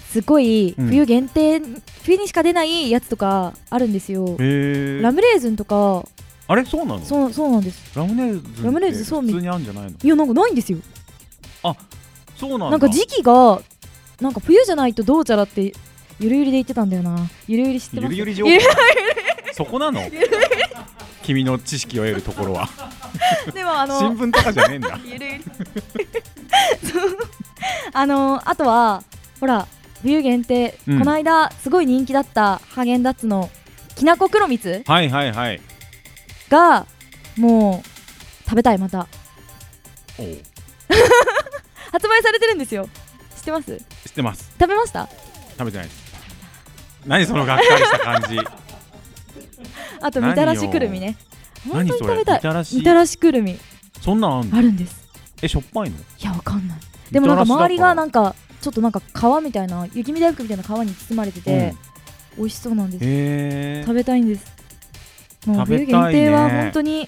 [SPEAKER 1] すごい
[SPEAKER 2] うん
[SPEAKER 1] 冬限定、冬にしか出ないやつとかあるんですよ
[SPEAKER 2] へえ
[SPEAKER 1] ラムレーズンとか
[SPEAKER 2] あれそうなの
[SPEAKER 1] そうそうなんです
[SPEAKER 2] ラムネーズン
[SPEAKER 1] ラムネーズンそう
[SPEAKER 2] っ
[SPEAKER 1] み
[SPEAKER 2] て普通にあるんじゃないの
[SPEAKER 1] いやなんかないんですよ
[SPEAKER 2] そうなんだ
[SPEAKER 1] なんか時期がなんか冬じゃないとどうちゃらってゆるゆりで言ってたんだよなゆるゆり知ってます
[SPEAKER 2] ゆるゆり情報
[SPEAKER 1] ゆ
[SPEAKER 2] そこなの君の知識を得るところは
[SPEAKER 1] るでもあ
[SPEAKER 2] 新
[SPEAKER 1] の
[SPEAKER 2] 聞とかじゃねえんだ
[SPEAKER 1] ゆるゆりそう あのあとはほら冬限定、
[SPEAKER 2] うん
[SPEAKER 1] この間すごい人気だったハーゲンダッツのきなこ黒蜜
[SPEAKER 2] はいはいはい
[SPEAKER 1] がもう食べたいまた
[SPEAKER 2] おう
[SPEAKER 1] 発売されてるんですよ知ってます
[SPEAKER 2] 知ってます
[SPEAKER 1] 食べました
[SPEAKER 2] 食べてないです何そのがっかりした感じ
[SPEAKER 1] あとみたらしくるみね本
[SPEAKER 2] 何
[SPEAKER 1] 当に
[SPEAKER 2] そ
[SPEAKER 1] 食
[SPEAKER 2] れ
[SPEAKER 1] べたい
[SPEAKER 2] みたらし
[SPEAKER 1] みたらしくるみ
[SPEAKER 2] そんなんあんの
[SPEAKER 1] あるんです
[SPEAKER 2] えしょっぱいの
[SPEAKER 1] いやわかんないでもなんか
[SPEAKER 2] みたらしだら
[SPEAKER 1] 周りがなんかちょっとなんか皮みたいな雪見大福みたいな皮に包まれてて、美味しそうなんで
[SPEAKER 2] うん、
[SPEAKER 1] す
[SPEAKER 2] へえ
[SPEAKER 1] 食べたいんですもう
[SPEAKER 2] 食べ
[SPEAKER 1] 冬
[SPEAKER 2] たい
[SPEAKER 1] 限
[SPEAKER 2] ね
[SPEAKER 1] 定は本当に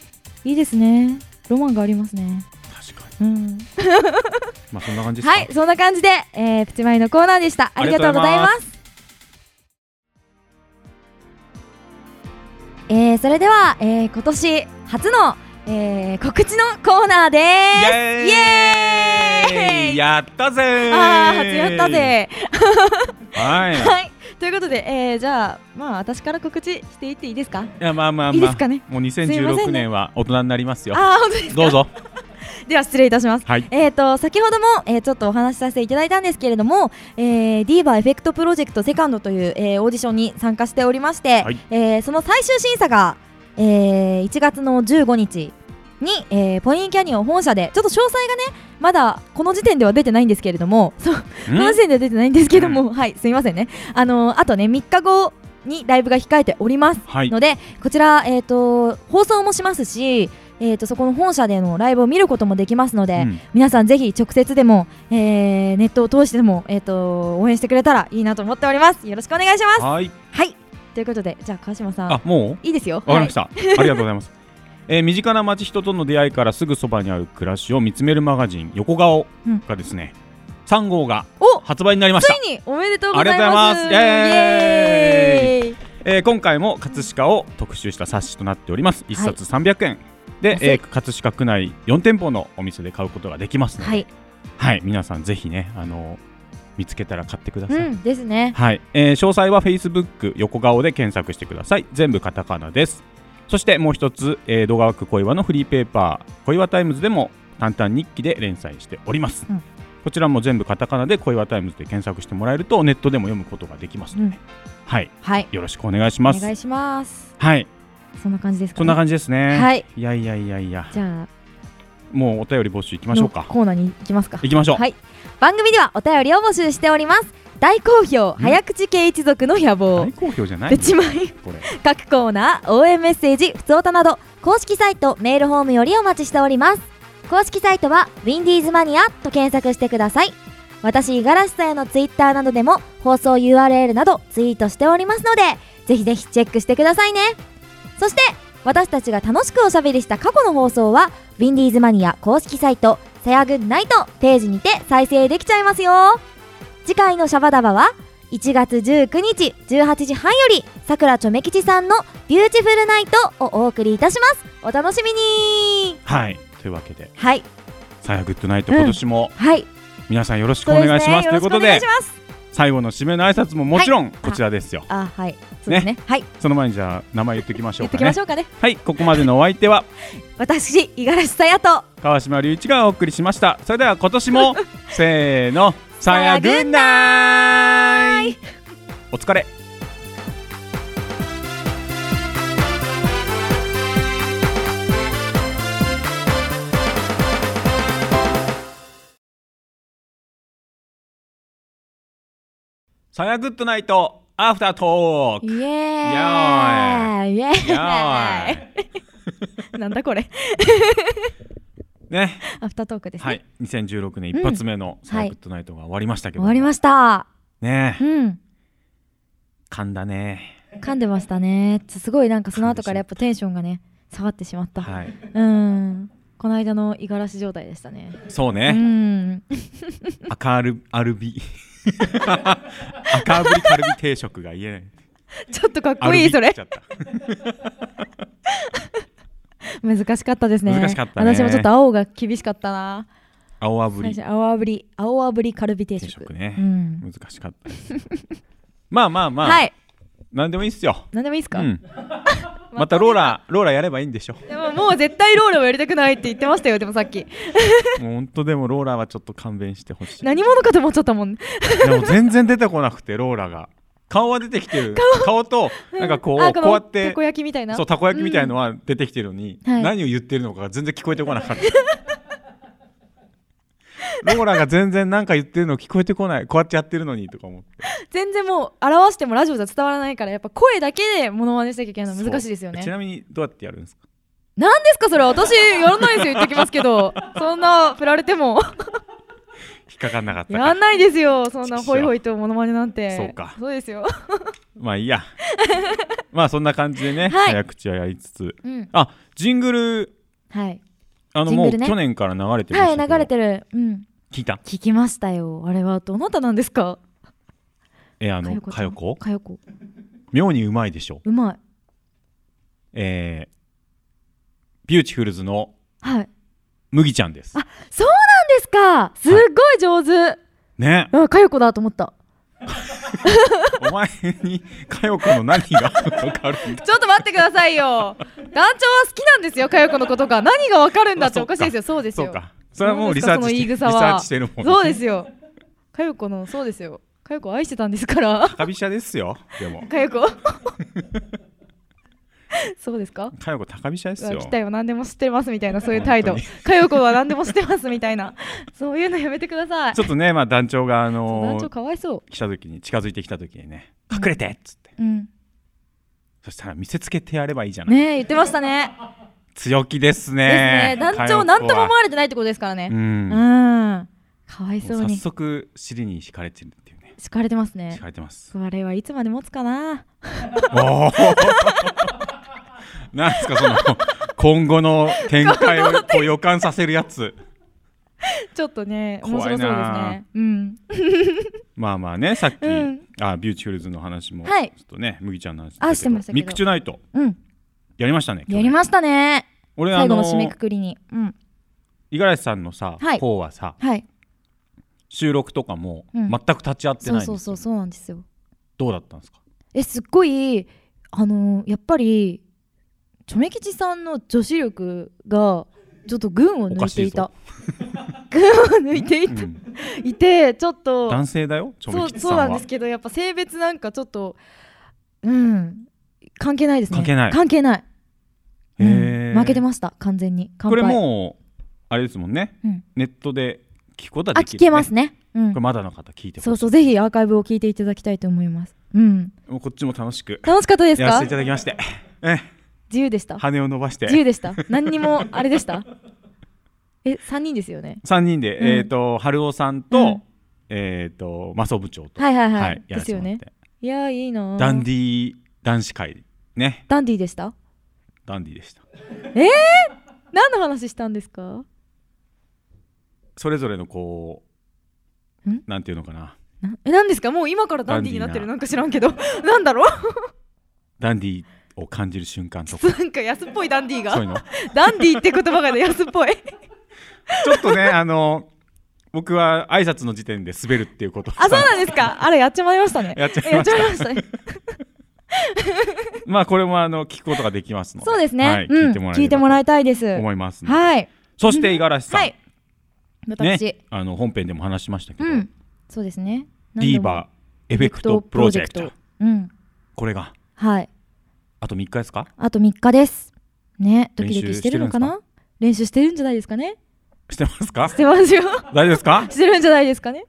[SPEAKER 1] いいですねロマンがありますね
[SPEAKER 2] 確かに
[SPEAKER 1] うん
[SPEAKER 2] まあそんな感じですか
[SPEAKER 1] はいそんな感じで、えー、プチマイのコーナーでしたありがとうございますえー、それでは、えー、今年初の、えー、告知のコーナーで
[SPEAKER 2] イ
[SPEAKER 1] ーす
[SPEAKER 2] エーイ
[SPEAKER 1] イエーイ
[SPEAKER 2] やったぜー
[SPEAKER 1] あー初やったぜ
[SPEAKER 2] はいい
[SPEAKER 1] はい、ということで、えー、じゃあ、まあ、私から告知していっていいですか。
[SPEAKER 2] やまあまあまあ
[SPEAKER 1] いいですかね
[SPEAKER 2] もう
[SPEAKER 1] すいませ
[SPEAKER 2] 2016
[SPEAKER 1] んね
[SPEAKER 2] 年は大人になりますよ
[SPEAKER 1] ああ、本当ですか。
[SPEAKER 2] どうぞ
[SPEAKER 1] では、失礼いたします。
[SPEAKER 2] はい
[SPEAKER 1] えー、と先ほども、えーちょっとお話しさせていただいたんですけれども、えー、DIVA エフェクトプロジェクトセカンドという、えーオーディションに参加しておりまして、
[SPEAKER 2] はい
[SPEAKER 1] えーその最終審査が、えー1月の15日に、えーポインキャニオン本社でちょっと詳細がねまだこの時点では出てないんですけれどもそう
[SPEAKER 2] うん
[SPEAKER 1] この時点では出てないんですけども、はいすみませんねあのーあとね3日後にライブが控えております
[SPEAKER 2] はい
[SPEAKER 1] ので、こちら、えー、と放送もしますし、えー、とそこの本社でのライブを見ることもできますので、
[SPEAKER 2] うん
[SPEAKER 1] 皆さんぜひ直接でも、えーネットを通してでも、えー、と応援してくれたらいいなと思っておりますよろしくお願いします
[SPEAKER 2] はい
[SPEAKER 1] はいということでじゃあ川島さん
[SPEAKER 2] あもう
[SPEAKER 1] いいですよ
[SPEAKER 2] わかりました。 ありがとうございます。えー身近な街人との出会いからすぐそばにある暮らしを見つめるマガジン横顔がですね、3号が
[SPEAKER 1] お
[SPEAKER 2] 発売になりました
[SPEAKER 1] はい、、ついにおめでとうございます
[SPEAKER 2] ありがとうございますイエー
[SPEAKER 1] イ
[SPEAKER 2] イ
[SPEAKER 1] エーイ
[SPEAKER 2] えー今回も葛飾を特集した冊子となっております1冊300円、で、
[SPEAKER 1] 安い
[SPEAKER 2] えー葛飾区内4店舗のお店で買うことができますので、
[SPEAKER 1] はい、
[SPEAKER 2] はい、皆さんぜひねあのー見つけたら買ってください、
[SPEAKER 1] うんですね
[SPEAKER 2] はい、えー詳細は Facebook 横顔で検索してください全部カタカナですそしてもう一つ、えー、動画枠恋話のフリーペーパー恋話タイムズでも淡々日記で連載しております、
[SPEAKER 1] うん
[SPEAKER 2] こちらも全部カタカナで恋話タイムズで検索してもらえるとネットでも読むことができますので、
[SPEAKER 1] う
[SPEAKER 2] はい
[SPEAKER 1] はい
[SPEAKER 2] よろしくお願いし
[SPEAKER 1] お
[SPEAKER 2] ます
[SPEAKER 1] 願いします
[SPEAKER 2] はい
[SPEAKER 1] そんな感じですか、ね、
[SPEAKER 2] そんな感じですね
[SPEAKER 1] はい
[SPEAKER 2] いやいやいやいや
[SPEAKER 1] じゃあ
[SPEAKER 2] もうお便り募集いきましょうか
[SPEAKER 1] のコーナーに行きますか
[SPEAKER 2] いきましょう、
[SPEAKER 1] はい番組ではお便りを募集しております大好評早口圭一族の野望
[SPEAKER 2] 大好評じゃない
[SPEAKER 1] プチマイ
[SPEAKER 2] これ
[SPEAKER 1] 各コーナー応援メッセージふつおたなど公式サイトメールフォームよりお待ちしております公式サイトは「ウィンディーズマニア」と検索してください私五十嵐さんへのツイッターなどでも放送 URL などツイートしておりますのでぜひぜひチェックしてくださいねそして私たちが楽しくおしゃべりした過去の放送はウィンディーズマニア公式サイト「さやぐんナイト」ページにて再生できちゃいますよ次回のシャバダバは1月19日18時半よりさくらちょめきちさんの「ビューティフルナイト」をお送りいたしますお楽しみに
[SPEAKER 2] はいというわけで
[SPEAKER 1] はい
[SPEAKER 2] 「さやグッドナイト」
[SPEAKER 1] うん
[SPEAKER 2] 今年も
[SPEAKER 1] はい
[SPEAKER 2] 皆さんよろしくお願いします、ということ
[SPEAKER 1] そうで
[SPEAKER 2] です
[SPEAKER 1] ねよろしくお願いします
[SPEAKER 2] 最後の締めの挨拶ももちろんこちらですよ、
[SPEAKER 1] あはいそうですねはい
[SPEAKER 2] その前にじゃあ名前言っておきましょ
[SPEAKER 1] 言
[SPEAKER 2] う
[SPEAKER 1] っと
[SPEAKER 2] か
[SPEAKER 1] きま
[SPEAKER 2] ね
[SPEAKER 1] しょうかね
[SPEAKER 2] はいここまでのお相手は
[SPEAKER 1] 私五十嵐さやと
[SPEAKER 2] 川島隆一がお送りしましたそれでは今 年もせーのさやぐんなーいお疲れさやグッドナイトアフタートーク
[SPEAKER 1] イエー
[SPEAKER 2] ー
[SPEAKER 1] イイエーイ
[SPEAKER 2] やーい
[SPEAKER 1] なんだこれ
[SPEAKER 2] ね
[SPEAKER 1] アフタートークですね、
[SPEAKER 2] はい2016年一発目のさ
[SPEAKER 1] は
[SPEAKER 2] や
[SPEAKER 1] い
[SPEAKER 2] グッドナイトが終わりましたけ
[SPEAKER 1] 終
[SPEAKER 2] ど
[SPEAKER 1] わりました
[SPEAKER 2] ねえ
[SPEAKER 1] うん
[SPEAKER 2] 噛んだね
[SPEAKER 1] 噛んでましたねすごいなんかその後からやっぱテンションがね下がってしまった、
[SPEAKER 2] はい
[SPEAKER 1] うんこの間の五十嵐状態でしたね
[SPEAKER 2] そう
[SPEAKER 1] う
[SPEAKER 2] ね
[SPEAKER 1] ん
[SPEAKER 2] 赤アルアルビ 赤アブリカルビ定食が言えない
[SPEAKER 1] ちょっとかっ
[SPEAKER 2] ア
[SPEAKER 1] こ
[SPEAKER 2] ル
[SPEAKER 1] い
[SPEAKER 2] ビ
[SPEAKER 1] いそれ
[SPEAKER 2] って言っちゃった
[SPEAKER 1] 難しかったですね
[SPEAKER 2] 難しかったね
[SPEAKER 1] 私もちょっと青が厳しかったな
[SPEAKER 2] 青アブ
[SPEAKER 1] 最
[SPEAKER 2] リ
[SPEAKER 1] 初青炙り青炙りカルビ定
[SPEAKER 2] 定
[SPEAKER 1] 食
[SPEAKER 2] 食ね
[SPEAKER 1] うん
[SPEAKER 2] 難しかったですまあまあまあ、
[SPEAKER 1] はい
[SPEAKER 2] なんでもいいっすよ
[SPEAKER 1] 何でもいいですか、
[SPEAKER 2] うん、またローラーローラーやればいいんでしょ
[SPEAKER 1] でももう絶対ローラーはやりたくないって言ってましたよでもさっき
[SPEAKER 2] もう本当でもローラーはちょっと勘弁してほしい
[SPEAKER 1] 何者かと思っちゃったもん
[SPEAKER 2] でも全然出てこなくてローラーが顔は出てきてる顔となんかこう
[SPEAKER 1] あ
[SPEAKER 2] こ
[SPEAKER 1] の
[SPEAKER 2] うやったて
[SPEAKER 1] こ焼きみたいな
[SPEAKER 2] そうたこ焼きみたいのは出てきてるのに、
[SPEAKER 1] はい
[SPEAKER 2] 何を言ってるのかが全然聞こえてこなかった。ローラが全然何か言ってるの聞こえてこないこうやってやってるのにとか思って
[SPEAKER 1] 全然もう表してもラジオじゃ伝わらないからやっぱ声だけでモノマネしなきゃいけないの難しいですよね
[SPEAKER 2] そうちなみにどうやってやるんですか
[SPEAKER 1] なんですかそれ私やらないですよ言ってきますけ どそんな振られても
[SPEAKER 2] 引っかかんなかったか
[SPEAKER 1] やんないですよそんな
[SPEAKER 2] ちくしょう
[SPEAKER 1] ホイホイとモノマネなんて
[SPEAKER 2] そうか
[SPEAKER 1] そうですよ
[SPEAKER 2] まあいいや まあそんな感じでね、
[SPEAKER 1] はい
[SPEAKER 2] 早口はやりつつ
[SPEAKER 1] うん
[SPEAKER 2] あジングル
[SPEAKER 1] はい
[SPEAKER 2] あの
[SPEAKER 1] ジン
[SPEAKER 2] も
[SPEAKER 1] グ
[SPEAKER 2] う
[SPEAKER 1] ルね
[SPEAKER 2] 去年から流れてる
[SPEAKER 1] はい流れて
[SPEAKER 2] る
[SPEAKER 1] るうん
[SPEAKER 2] 聞いた
[SPEAKER 1] 聞きましたよあれはどなたなんですか
[SPEAKER 2] えあの
[SPEAKER 1] か
[SPEAKER 2] かよこ
[SPEAKER 1] かよこ
[SPEAKER 2] 妙にうまいでしょ
[SPEAKER 1] うまい
[SPEAKER 2] えー、ビューティフルズの
[SPEAKER 1] はい
[SPEAKER 2] 麦ちゃんです
[SPEAKER 1] あそうなんですかすっごい上手、
[SPEAKER 2] ね
[SPEAKER 1] うんかよこだと思った
[SPEAKER 2] お前に佳代子の何が分かるんだ
[SPEAKER 1] ちょっと待ってください よ。団長は好きなんですよ、佳代子のことが。何がわかるんだっておかしいですよ。そうです
[SPEAKER 2] そう
[SPEAKER 1] よ。
[SPEAKER 2] かそれはもうリサーチし
[SPEAKER 1] そ
[SPEAKER 2] て
[SPEAKER 1] うです
[SPEAKER 2] リサ
[SPEAKER 1] かその言い草は
[SPEAKER 2] ーチしてるもん
[SPEAKER 1] そうですよ。佳代子の、そうですよ。佳代子を愛してたんですから。
[SPEAKER 2] 高飛車ですよでも
[SPEAKER 1] 佳代子。 そうですか
[SPEAKER 2] 佳代子高飛車ですよ
[SPEAKER 1] 来たよ、何でも知ってますみたいな、そういう態度
[SPEAKER 2] 本当。
[SPEAKER 1] 佳代子は何でも知ってますみたいな。そういうのやめてください。
[SPEAKER 2] ちょっとねまあ団長があ
[SPEAKER 1] 団
[SPEAKER 2] の
[SPEAKER 1] 長かわいそ
[SPEAKER 2] 来た時に近づいてきた時にね隠れてっつって
[SPEAKER 1] う。うん。
[SPEAKER 2] そしたら見せつけてやればいいじゃない
[SPEAKER 1] ねえ、言ってましたね。
[SPEAKER 2] 強気です
[SPEAKER 1] です
[SPEAKER 2] ね
[SPEAKER 1] ね。団長、何とも思
[SPEAKER 2] わ
[SPEAKER 1] われてないってことですからね。うん。
[SPEAKER 2] ん
[SPEAKER 1] かわいそう
[SPEAKER 2] もう早
[SPEAKER 1] に。
[SPEAKER 2] 速尻に敷かれてるっていうね
[SPEAKER 1] 敷かれてますね
[SPEAKER 2] 敷。かれてます
[SPEAKER 1] それはいつまで持つかな
[SPEAKER 2] おお なんですかその今後の展開をこう予感させるやつ
[SPEAKER 1] ちょっとね面白
[SPEAKER 2] 怖
[SPEAKER 1] そ
[SPEAKER 2] いう
[SPEAKER 1] です
[SPEAKER 2] な
[SPEAKER 1] ねうん
[SPEAKER 2] まあまあねさっき、
[SPEAKER 1] うん
[SPEAKER 2] あビューティフルズの話もちょ
[SPEAKER 1] はい
[SPEAKER 2] っとね、麦ちゃんの話
[SPEAKER 1] あしてましたけど
[SPEAKER 2] ミックチュナイト
[SPEAKER 1] うん
[SPEAKER 2] やりましたね
[SPEAKER 1] やり
[SPEAKER 2] す
[SPEAKER 1] ましたね
[SPEAKER 2] 俺あ
[SPEAKER 1] 最後
[SPEAKER 2] の
[SPEAKER 1] の締めくくりにうん
[SPEAKER 2] 五十嵐さんのさ、
[SPEAKER 1] はい
[SPEAKER 2] 方はさ
[SPEAKER 1] はい
[SPEAKER 2] 収録とかも
[SPEAKER 1] うん
[SPEAKER 2] 全く立ち会って
[SPEAKER 1] そう
[SPEAKER 2] ないんです
[SPEAKER 1] そ
[SPEAKER 2] よ
[SPEAKER 1] うそうそうなんですよ
[SPEAKER 2] どうだったんですか
[SPEAKER 1] えすっごいあのーやっぱりチョメ吉さんの女子力がちょっと群を抜いていた群を抜いていた、
[SPEAKER 2] うん
[SPEAKER 1] いてちょっと
[SPEAKER 2] 男性だよチョメ
[SPEAKER 1] そう
[SPEAKER 2] キチ
[SPEAKER 1] そ
[SPEAKER 2] さ
[SPEAKER 1] うんなんで
[SPEAKER 2] は
[SPEAKER 1] すけどやっぱ性別なんかちょっとうん関係ないですね
[SPEAKER 2] 関係ない
[SPEAKER 1] 関係ない
[SPEAKER 2] へ
[SPEAKER 1] う
[SPEAKER 2] ー
[SPEAKER 1] ん負けてました完全に乾
[SPEAKER 2] こ
[SPEAKER 1] 杯
[SPEAKER 2] れもうあれですもんね、
[SPEAKER 1] うん
[SPEAKER 2] ネットで聞くことは
[SPEAKER 1] あ
[SPEAKER 2] できる、ね、
[SPEAKER 1] 聞けますね、うん
[SPEAKER 2] これ、まだの方聞いてほしい
[SPEAKER 1] そうそうぜひアーカイブを聞いていただきたいと思いますうん
[SPEAKER 2] もうこっちも楽しく
[SPEAKER 1] 楽しかったです
[SPEAKER 2] やらせ
[SPEAKER 1] か
[SPEAKER 2] ていただきましてええ
[SPEAKER 1] 自由でした
[SPEAKER 2] 羽を伸ばして
[SPEAKER 1] 自由でした何にもあれでした え三人ですよね
[SPEAKER 2] 3人で、
[SPEAKER 1] うん
[SPEAKER 2] えっ、と春雄さんと、
[SPEAKER 1] うん
[SPEAKER 2] えっ、とマソ部長と
[SPEAKER 1] はいはいはい、
[SPEAKER 2] はい、や
[SPEAKER 1] で
[SPEAKER 2] ら
[SPEAKER 1] す
[SPEAKER 2] せて
[SPEAKER 1] よ
[SPEAKER 2] もらっ
[SPEAKER 1] ね
[SPEAKER 2] て、
[SPEAKER 1] いやーいいなー
[SPEAKER 2] ダンディ男子会ね
[SPEAKER 1] ダンディでした
[SPEAKER 2] ダンディでした
[SPEAKER 1] 何の話したんですか
[SPEAKER 2] それぞれのこうんなんていうのかな
[SPEAKER 1] なえ何ですかもう今からダンディになってる
[SPEAKER 2] ダ
[SPEAKER 1] なんか知らんけど なんだろう
[SPEAKER 2] ダンディを感じる瞬間とか
[SPEAKER 1] なんか安っぽいダンディ
[SPEAKER 2] そうい
[SPEAKER 1] が
[SPEAKER 2] うの
[SPEAKER 1] ダンディって言葉が ね安っぽい
[SPEAKER 2] ちょっとねあの僕は挨拶の時点で滑るっていうことを
[SPEAKER 1] あそうなんですかあれやっちまいましたね
[SPEAKER 2] やっちゃい
[SPEAKER 1] や
[SPEAKER 2] ま
[SPEAKER 1] っち
[SPEAKER 2] し
[SPEAKER 1] ゃ
[SPEAKER 2] た
[SPEAKER 1] いましたね
[SPEAKER 2] まあこれもあの聞くことができますので
[SPEAKER 1] そうですね、
[SPEAKER 2] はい
[SPEAKER 1] うん
[SPEAKER 2] 聞いてもらえ
[SPEAKER 1] 聞いてもら
[SPEAKER 2] え
[SPEAKER 1] いたいです
[SPEAKER 2] と思いますので
[SPEAKER 1] はい
[SPEAKER 2] そして五十嵐さん、
[SPEAKER 1] はい。私、
[SPEAKER 2] ね、あの本編でも話しましたけ
[SPEAKER 1] う
[SPEAKER 2] ど、
[SPEAKER 1] ん、そうですね。
[SPEAKER 2] ディーバーエフェクトプロジェクト
[SPEAKER 1] ー。うん、
[SPEAKER 2] これが
[SPEAKER 1] はい。
[SPEAKER 2] あと3日ですか
[SPEAKER 1] あと3日です。ね、ドキド
[SPEAKER 2] 練習
[SPEAKER 1] キ
[SPEAKER 2] し
[SPEAKER 1] してて
[SPEAKER 2] る
[SPEAKER 1] る
[SPEAKER 2] ん
[SPEAKER 1] の
[SPEAKER 2] ですか
[SPEAKER 1] かな。練習してるんじゃないですかね。
[SPEAKER 2] してますか
[SPEAKER 1] してますよ。
[SPEAKER 2] 大丈夫ですか
[SPEAKER 1] してるんじゃないですかね。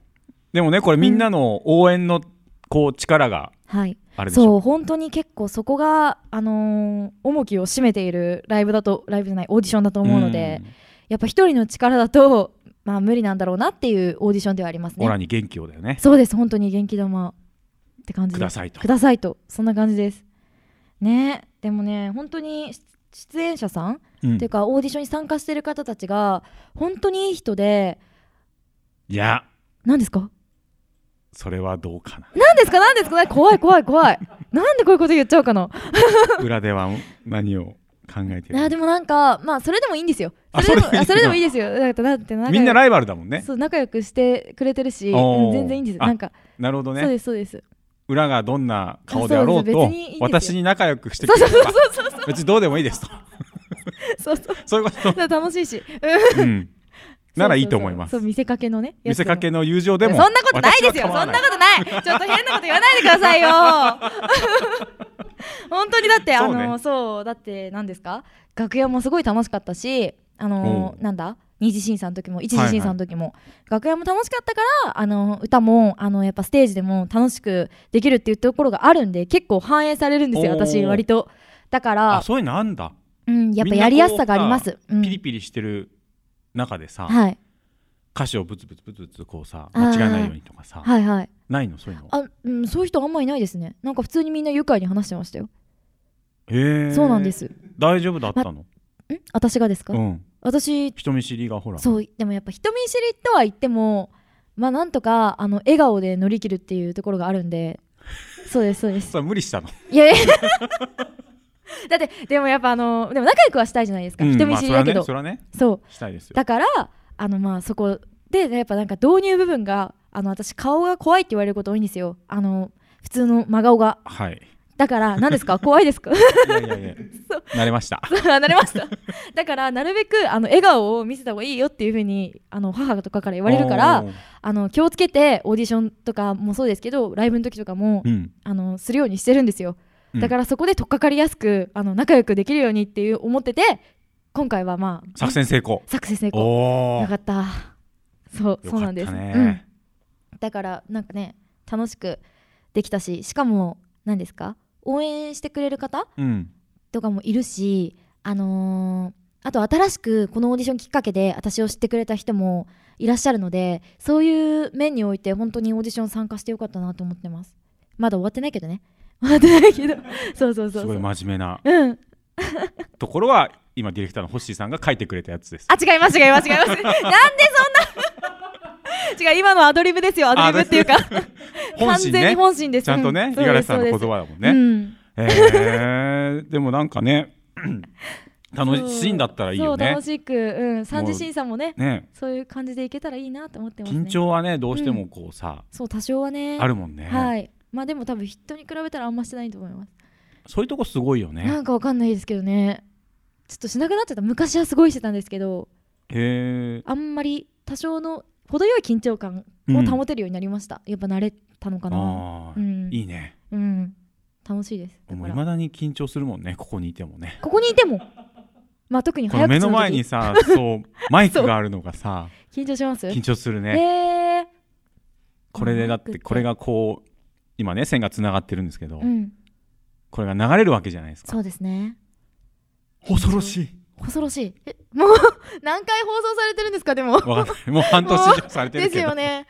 [SPEAKER 2] でもねこれみんなの応援のこう力が
[SPEAKER 1] はい、
[SPEAKER 2] あるでしょ
[SPEAKER 1] そう本当に結構そこが、あのー重きを占めているライブだとライブじゃないオーディションだと思うので、やっぱ一人の力だと、まあ、無理なんだろうなっていうオーディションではあります
[SPEAKER 2] うんオラ
[SPEAKER 1] ね
[SPEAKER 2] に元気をだよね
[SPEAKER 1] そうです本当に元気玉って感じ
[SPEAKER 2] く
[SPEAKER 1] で
[SPEAKER 2] だ
[SPEAKER 1] す
[SPEAKER 2] さいと
[SPEAKER 1] くださいとそんな感じですねでもね本当に出出演者さん
[SPEAKER 2] うん
[SPEAKER 1] っていうかオーディションに参加してる方たちが本当にいい人で
[SPEAKER 2] いや
[SPEAKER 1] 何ですか
[SPEAKER 2] それはど うかな
[SPEAKER 1] 何ですか何ですか怖い怖い怖いなんでこういうこと言っちゃうかな
[SPEAKER 2] 裏では何を考えて
[SPEAKER 1] いや
[SPEAKER 2] る
[SPEAKER 1] でもなんかまあそれでもいいんですよ
[SPEAKER 2] あ
[SPEAKER 1] それで
[SPEAKER 2] それでもいい
[SPEAKER 1] もあそれでもいいですよだってだって仲良く
[SPEAKER 2] みんなライバルだもんね
[SPEAKER 1] そう仲良くしてくれてるし、
[SPEAKER 2] おー
[SPEAKER 1] うん全然いいんです
[SPEAKER 2] あ
[SPEAKER 1] なんか、
[SPEAKER 2] なるほど
[SPEAKER 1] そう
[SPEAKER 2] ね
[SPEAKER 1] ですそうです
[SPEAKER 2] 裏がどんな顔であろう
[SPEAKER 1] あそう
[SPEAKER 2] と
[SPEAKER 1] です別にいいですよ
[SPEAKER 2] 私に仲良くして
[SPEAKER 1] そ
[SPEAKER 2] く
[SPEAKER 1] う
[SPEAKER 2] れ
[SPEAKER 1] そう
[SPEAKER 2] れ
[SPEAKER 1] そう
[SPEAKER 2] ば別にどうでもいいですと
[SPEAKER 1] そうそう
[SPEAKER 2] そういう こと
[SPEAKER 1] そう楽しいし、うん
[SPEAKER 2] うんならいいと思いま
[SPEAKER 1] そうそうそうそ
[SPEAKER 2] す
[SPEAKER 1] う見せかけのねや
[SPEAKER 2] 見
[SPEAKER 1] つで
[SPEAKER 2] せ
[SPEAKER 1] も
[SPEAKER 2] かけの友情でも
[SPEAKER 1] そんなことないですよ
[SPEAKER 2] 私は構
[SPEAKER 1] そ
[SPEAKER 2] わ
[SPEAKER 1] んなことないちょっと変なこと言わないでくだ さいよ本当にだってあ
[SPEAKER 2] そう
[SPEAKER 1] の
[SPEAKER 2] ね
[SPEAKER 1] そうだって何ですか楽屋もすごい楽しかったしあの
[SPEAKER 2] おう
[SPEAKER 1] なんだ二次審査の時も一
[SPEAKER 2] はいは
[SPEAKER 1] 次
[SPEAKER 2] い
[SPEAKER 1] 審査の時も、楽屋も楽しかったからあの歌もあのやっぱステージでも楽しくできるっていうところがあるんで結構反映されるんですよ
[SPEAKER 2] おう
[SPEAKER 1] 私割とだか
[SPEAKER 2] あ
[SPEAKER 1] ら、
[SPEAKER 2] そういうのあんだ
[SPEAKER 1] うん、やっ
[SPEAKER 2] み
[SPEAKER 1] ぱ
[SPEAKER 2] んな
[SPEAKER 1] やりやすさがあります、うん
[SPEAKER 2] ピリピリしてる中でさ
[SPEAKER 1] はい
[SPEAKER 2] 歌詞をブツブツブツブツこうさ
[SPEAKER 1] あー
[SPEAKER 2] 間違えないようにとかさ
[SPEAKER 1] はいはい
[SPEAKER 2] ないのそういうの
[SPEAKER 1] あ、うん、そういう人あんまいないですねなんか普通にみんな愉快に話してましたよ、
[SPEAKER 2] へえ
[SPEAKER 1] そうなんです
[SPEAKER 2] 大丈夫だったの
[SPEAKER 1] ん私がですか、
[SPEAKER 2] うん
[SPEAKER 1] 私
[SPEAKER 2] 人見知りがほら
[SPEAKER 1] そうでもやっぱ人見知りとは言ってもまあなんとかあの笑顔で乗り切るっていうところがあるんでそうですそう です
[SPEAKER 2] それ無理したの
[SPEAKER 1] いやいやだってでもやっぱあのでも仲良くはしたいじゃないですか、
[SPEAKER 2] う ん
[SPEAKER 1] 人見知りだけど、
[SPEAKER 2] まあそれはねそれはね
[SPEAKER 1] そう
[SPEAKER 2] したいですよ
[SPEAKER 1] だからあのまあそこでやっぱなんか導入部分があの私顔が怖いって言われること多いんですよあの普通の真顔が
[SPEAKER 2] はい
[SPEAKER 1] だから何ですか 怖いですか
[SPEAKER 2] いやいやいや
[SPEAKER 1] そう
[SPEAKER 2] 慣れまし た
[SPEAKER 1] 慣れましただからなるべくあの笑顔を見せた方がいいよっていうふうにあの母とかから言われるから
[SPEAKER 2] おー
[SPEAKER 1] あの気をつけてオーディションとかもそうですけどライブの時とかも、
[SPEAKER 2] うん
[SPEAKER 1] あのするようにしてるんですよ
[SPEAKER 2] うん
[SPEAKER 1] だからそこで取っかかりやすくあの仲良くできるようにっていう思ってて今回はまあ
[SPEAKER 2] 作戦成功
[SPEAKER 1] 作戦成功
[SPEAKER 2] お
[SPEAKER 1] よ
[SPEAKER 2] お
[SPEAKER 1] かったそう
[SPEAKER 2] よ
[SPEAKER 1] そう
[SPEAKER 2] かった
[SPEAKER 1] な
[SPEAKER 2] ね
[SPEAKER 1] んです、うん、だからなんかね楽しくできたししかも何ですか応援してくれる方
[SPEAKER 2] うん
[SPEAKER 1] とかもいるし、あのーあと新しくこのオーディションきっかけで私を知ってくれた人もいらっしゃるのでそういう面において本当にオーディション参加してよかったなと思ってますまだ終わってないけどね 終わってないけ どそうそうそう
[SPEAKER 2] す
[SPEAKER 1] そ
[SPEAKER 2] ごいう真面目な
[SPEAKER 1] うん、
[SPEAKER 2] ところは今ディレクターの星さんが書いてくれたやつです
[SPEAKER 1] あ違います違います違い ますなん でそんな違う今のアドリブですよアドリブっていうか、完
[SPEAKER 2] 本心
[SPEAKER 1] 全に
[SPEAKER 2] ね
[SPEAKER 1] 本心です
[SPEAKER 2] ちゃんと
[SPEAKER 1] う
[SPEAKER 2] ね
[SPEAKER 1] そう
[SPEAKER 2] 五十
[SPEAKER 1] で
[SPEAKER 2] 嵐
[SPEAKER 1] す
[SPEAKER 2] さんの言葉だもんね
[SPEAKER 1] うん
[SPEAKER 2] えー、 でもなんかね楽しいんだったらいいよ
[SPEAKER 1] そう
[SPEAKER 2] ね
[SPEAKER 1] 楽しく、うん、三次審査もね
[SPEAKER 2] ね
[SPEAKER 1] そういう感じでいけたらいいなと思ってますね
[SPEAKER 2] 緊張はねどうしてもこうさ、
[SPEAKER 1] そう多少はね
[SPEAKER 2] あるもんね、
[SPEAKER 1] はいまあでも多分人に比べたらあんましてないと思います、
[SPEAKER 2] そういうとこすごいよね
[SPEAKER 1] なんかわかんないですけどねちょっとしなくなっちゃった昔はすごいしてたんですけど
[SPEAKER 2] へえ
[SPEAKER 1] あんまり多少の程よい緊張感を保てるようになりました、やっぱ慣れたのかな
[SPEAKER 2] あ
[SPEAKER 1] う
[SPEAKER 2] ー
[SPEAKER 1] ん
[SPEAKER 2] いいね
[SPEAKER 1] うん楽しいですだ
[SPEAKER 2] も
[SPEAKER 1] か
[SPEAKER 2] う
[SPEAKER 1] ら
[SPEAKER 2] 未だに緊張するもんねここにいてもね
[SPEAKER 1] ここにいてもまあ特に
[SPEAKER 2] この
[SPEAKER 1] 早
[SPEAKER 2] 目
[SPEAKER 1] 口
[SPEAKER 2] の
[SPEAKER 1] の
[SPEAKER 2] 前に
[SPEAKER 1] 時
[SPEAKER 2] さそうマイクがあるのが さ
[SPEAKER 1] 緊張します
[SPEAKER 2] 緊張するね
[SPEAKER 1] え
[SPEAKER 2] これでだっ
[SPEAKER 1] マイクって
[SPEAKER 2] てこれがこう今ね線がつながってるんですけど、
[SPEAKER 1] ー、うん
[SPEAKER 2] これが流れるわけじゃないですか
[SPEAKER 1] そうですね
[SPEAKER 2] 恐ろしい
[SPEAKER 1] 恐ろしいえもう 何回放送されてるんですかでも
[SPEAKER 2] わかんないもう半年以上されて
[SPEAKER 1] で
[SPEAKER 2] る
[SPEAKER 1] す
[SPEAKER 2] けど
[SPEAKER 1] よね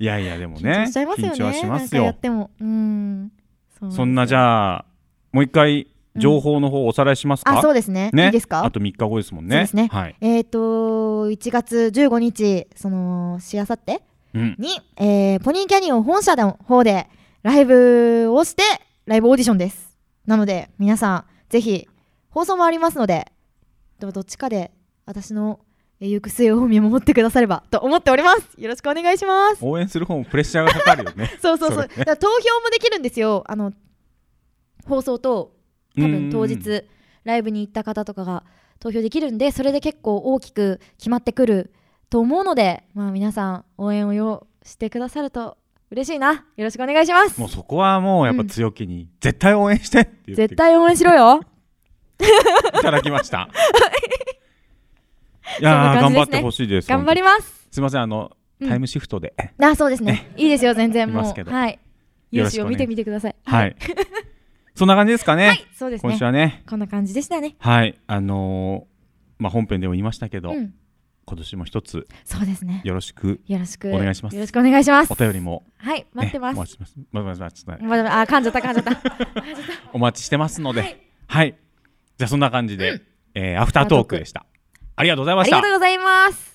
[SPEAKER 2] いやいやでも
[SPEAKER 1] 緊
[SPEAKER 2] ね
[SPEAKER 1] 張しちゃいますよね
[SPEAKER 2] 緊張はします
[SPEAKER 1] なんかや
[SPEAKER 2] よ
[SPEAKER 1] ってもうんそ
[SPEAKER 2] そんなじ
[SPEAKER 1] あ
[SPEAKER 2] ゃあもう一回情報の方をおさらいしますか、
[SPEAKER 1] あそうですね
[SPEAKER 2] ね
[SPEAKER 1] いいですか
[SPEAKER 2] あと3日後ですもんね
[SPEAKER 1] そうですね
[SPEAKER 2] はい、
[SPEAKER 1] えっ、と1月15日そのしあさって
[SPEAKER 2] うん、
[SPEAKER 1] に、えーポニーキャニオン本社の方でライブをしてライブオーディションですなので皆さんぜひ放送もありますのでどどっちかで私のえー行く末を見守ってくださればと思っておりますよろしくお願いします
[SPEAKER 2] 応援する方もプレッシャーがかかるよね
[SPEAKER 1] そうそうそう
[SPEAKER 2] それね
[SPEAKER 1] だから投票もできるんですよあの放送と 多
[SPEAKER 2] う
[SPEAKER 1] 分
[SPEAKER 2] ん
[SPEAKER 1] 当日ライブに行った方とかが投票できるんでそれで結構大きく決まってくると思うので、まあ、皆さん応援をよしてくださると嬉しいなよろしくお願いします
[SPEAKER 2] もうそこはもうやっぱ強気に、絶対応援してって言って
[SPEAKER 1] 絶対応援しろよ
[SPEAKER 2] いただきました いやー、
[SPEAKER 1] そんな感
[SPEAKER 2] 頑
[SPEAKER 1] じですね
[SPEAKER 2] 張ってほしいです
[SPEAKER 1] 頑張ります
[SPEAKER 2] すいませんあの
[SPEAKER 1] うん
[SPEAKER 2] タイムシフトで、
[SPEAKER 1] あそうです ねいいですよ全然
[SPEAKER 2] いま
[SPEAKER 1] も
[SPEAKER 2] すけ
[SPEAKER 1] う
[SPEAKER 2] ど
[SPEAKER 1] はい
[SPEAKER 2] よ
[SPEAKER 1] 融
[SPEAKER 2] ろし
[SPEAKER 1] 資
[SPEAKER 2] くお
[SPEAKER 1] を
[SPEAKER 2] 願
[SPEAKER 1] 見
[SPEAKER 2] い
[SPEAKER 1] てみてください
[SPEAKER 2] はいそんな感じですかね、
[SPEAKER 1] はいそうです
[SPEAKER 2] 今
[SPEAKER 1] ね
[SPEAKER 2] 週はね
[SPEAKER 1] こんな感じでしたね
[SPEAKER 2] はいあのーまあ本編でも言いましたけど、
[SPEAKER 1] うん
[SPEAKER 2] 今年も一つ
[SPEAKER 1] そうですね
[SPEAKER 2] よろしく
[SPEAKER 1] よろしく
[SPEAKER 2] お願いします
[SPEAKER 1] よろしくお願いします
[SPEAKER 2] お便りも、
[SPEAKER 1] はい
[SPEAKER 2] ね
[SPEAKER 1] 待ってます
[SPEAKER 2] お待ちしてますまままちょっとね
[SPEAKER 1] まだあ噛んじゃった噛んじゃ った
[SPEAKER 2] お待ちしてますので
[SPEAKER 1] は
[SPEAKER 2] はい
[SPEAKER 1] い、
[SPEAKER 2] じゃあそんな感じで、えーアフタートークでしたありがとうございま
[SPEAKER 1] あ
[SPEAKER 2] し
[SPEAKER 1] り
[SPEAKER 2] た
[SPEAKER 1] がとうございます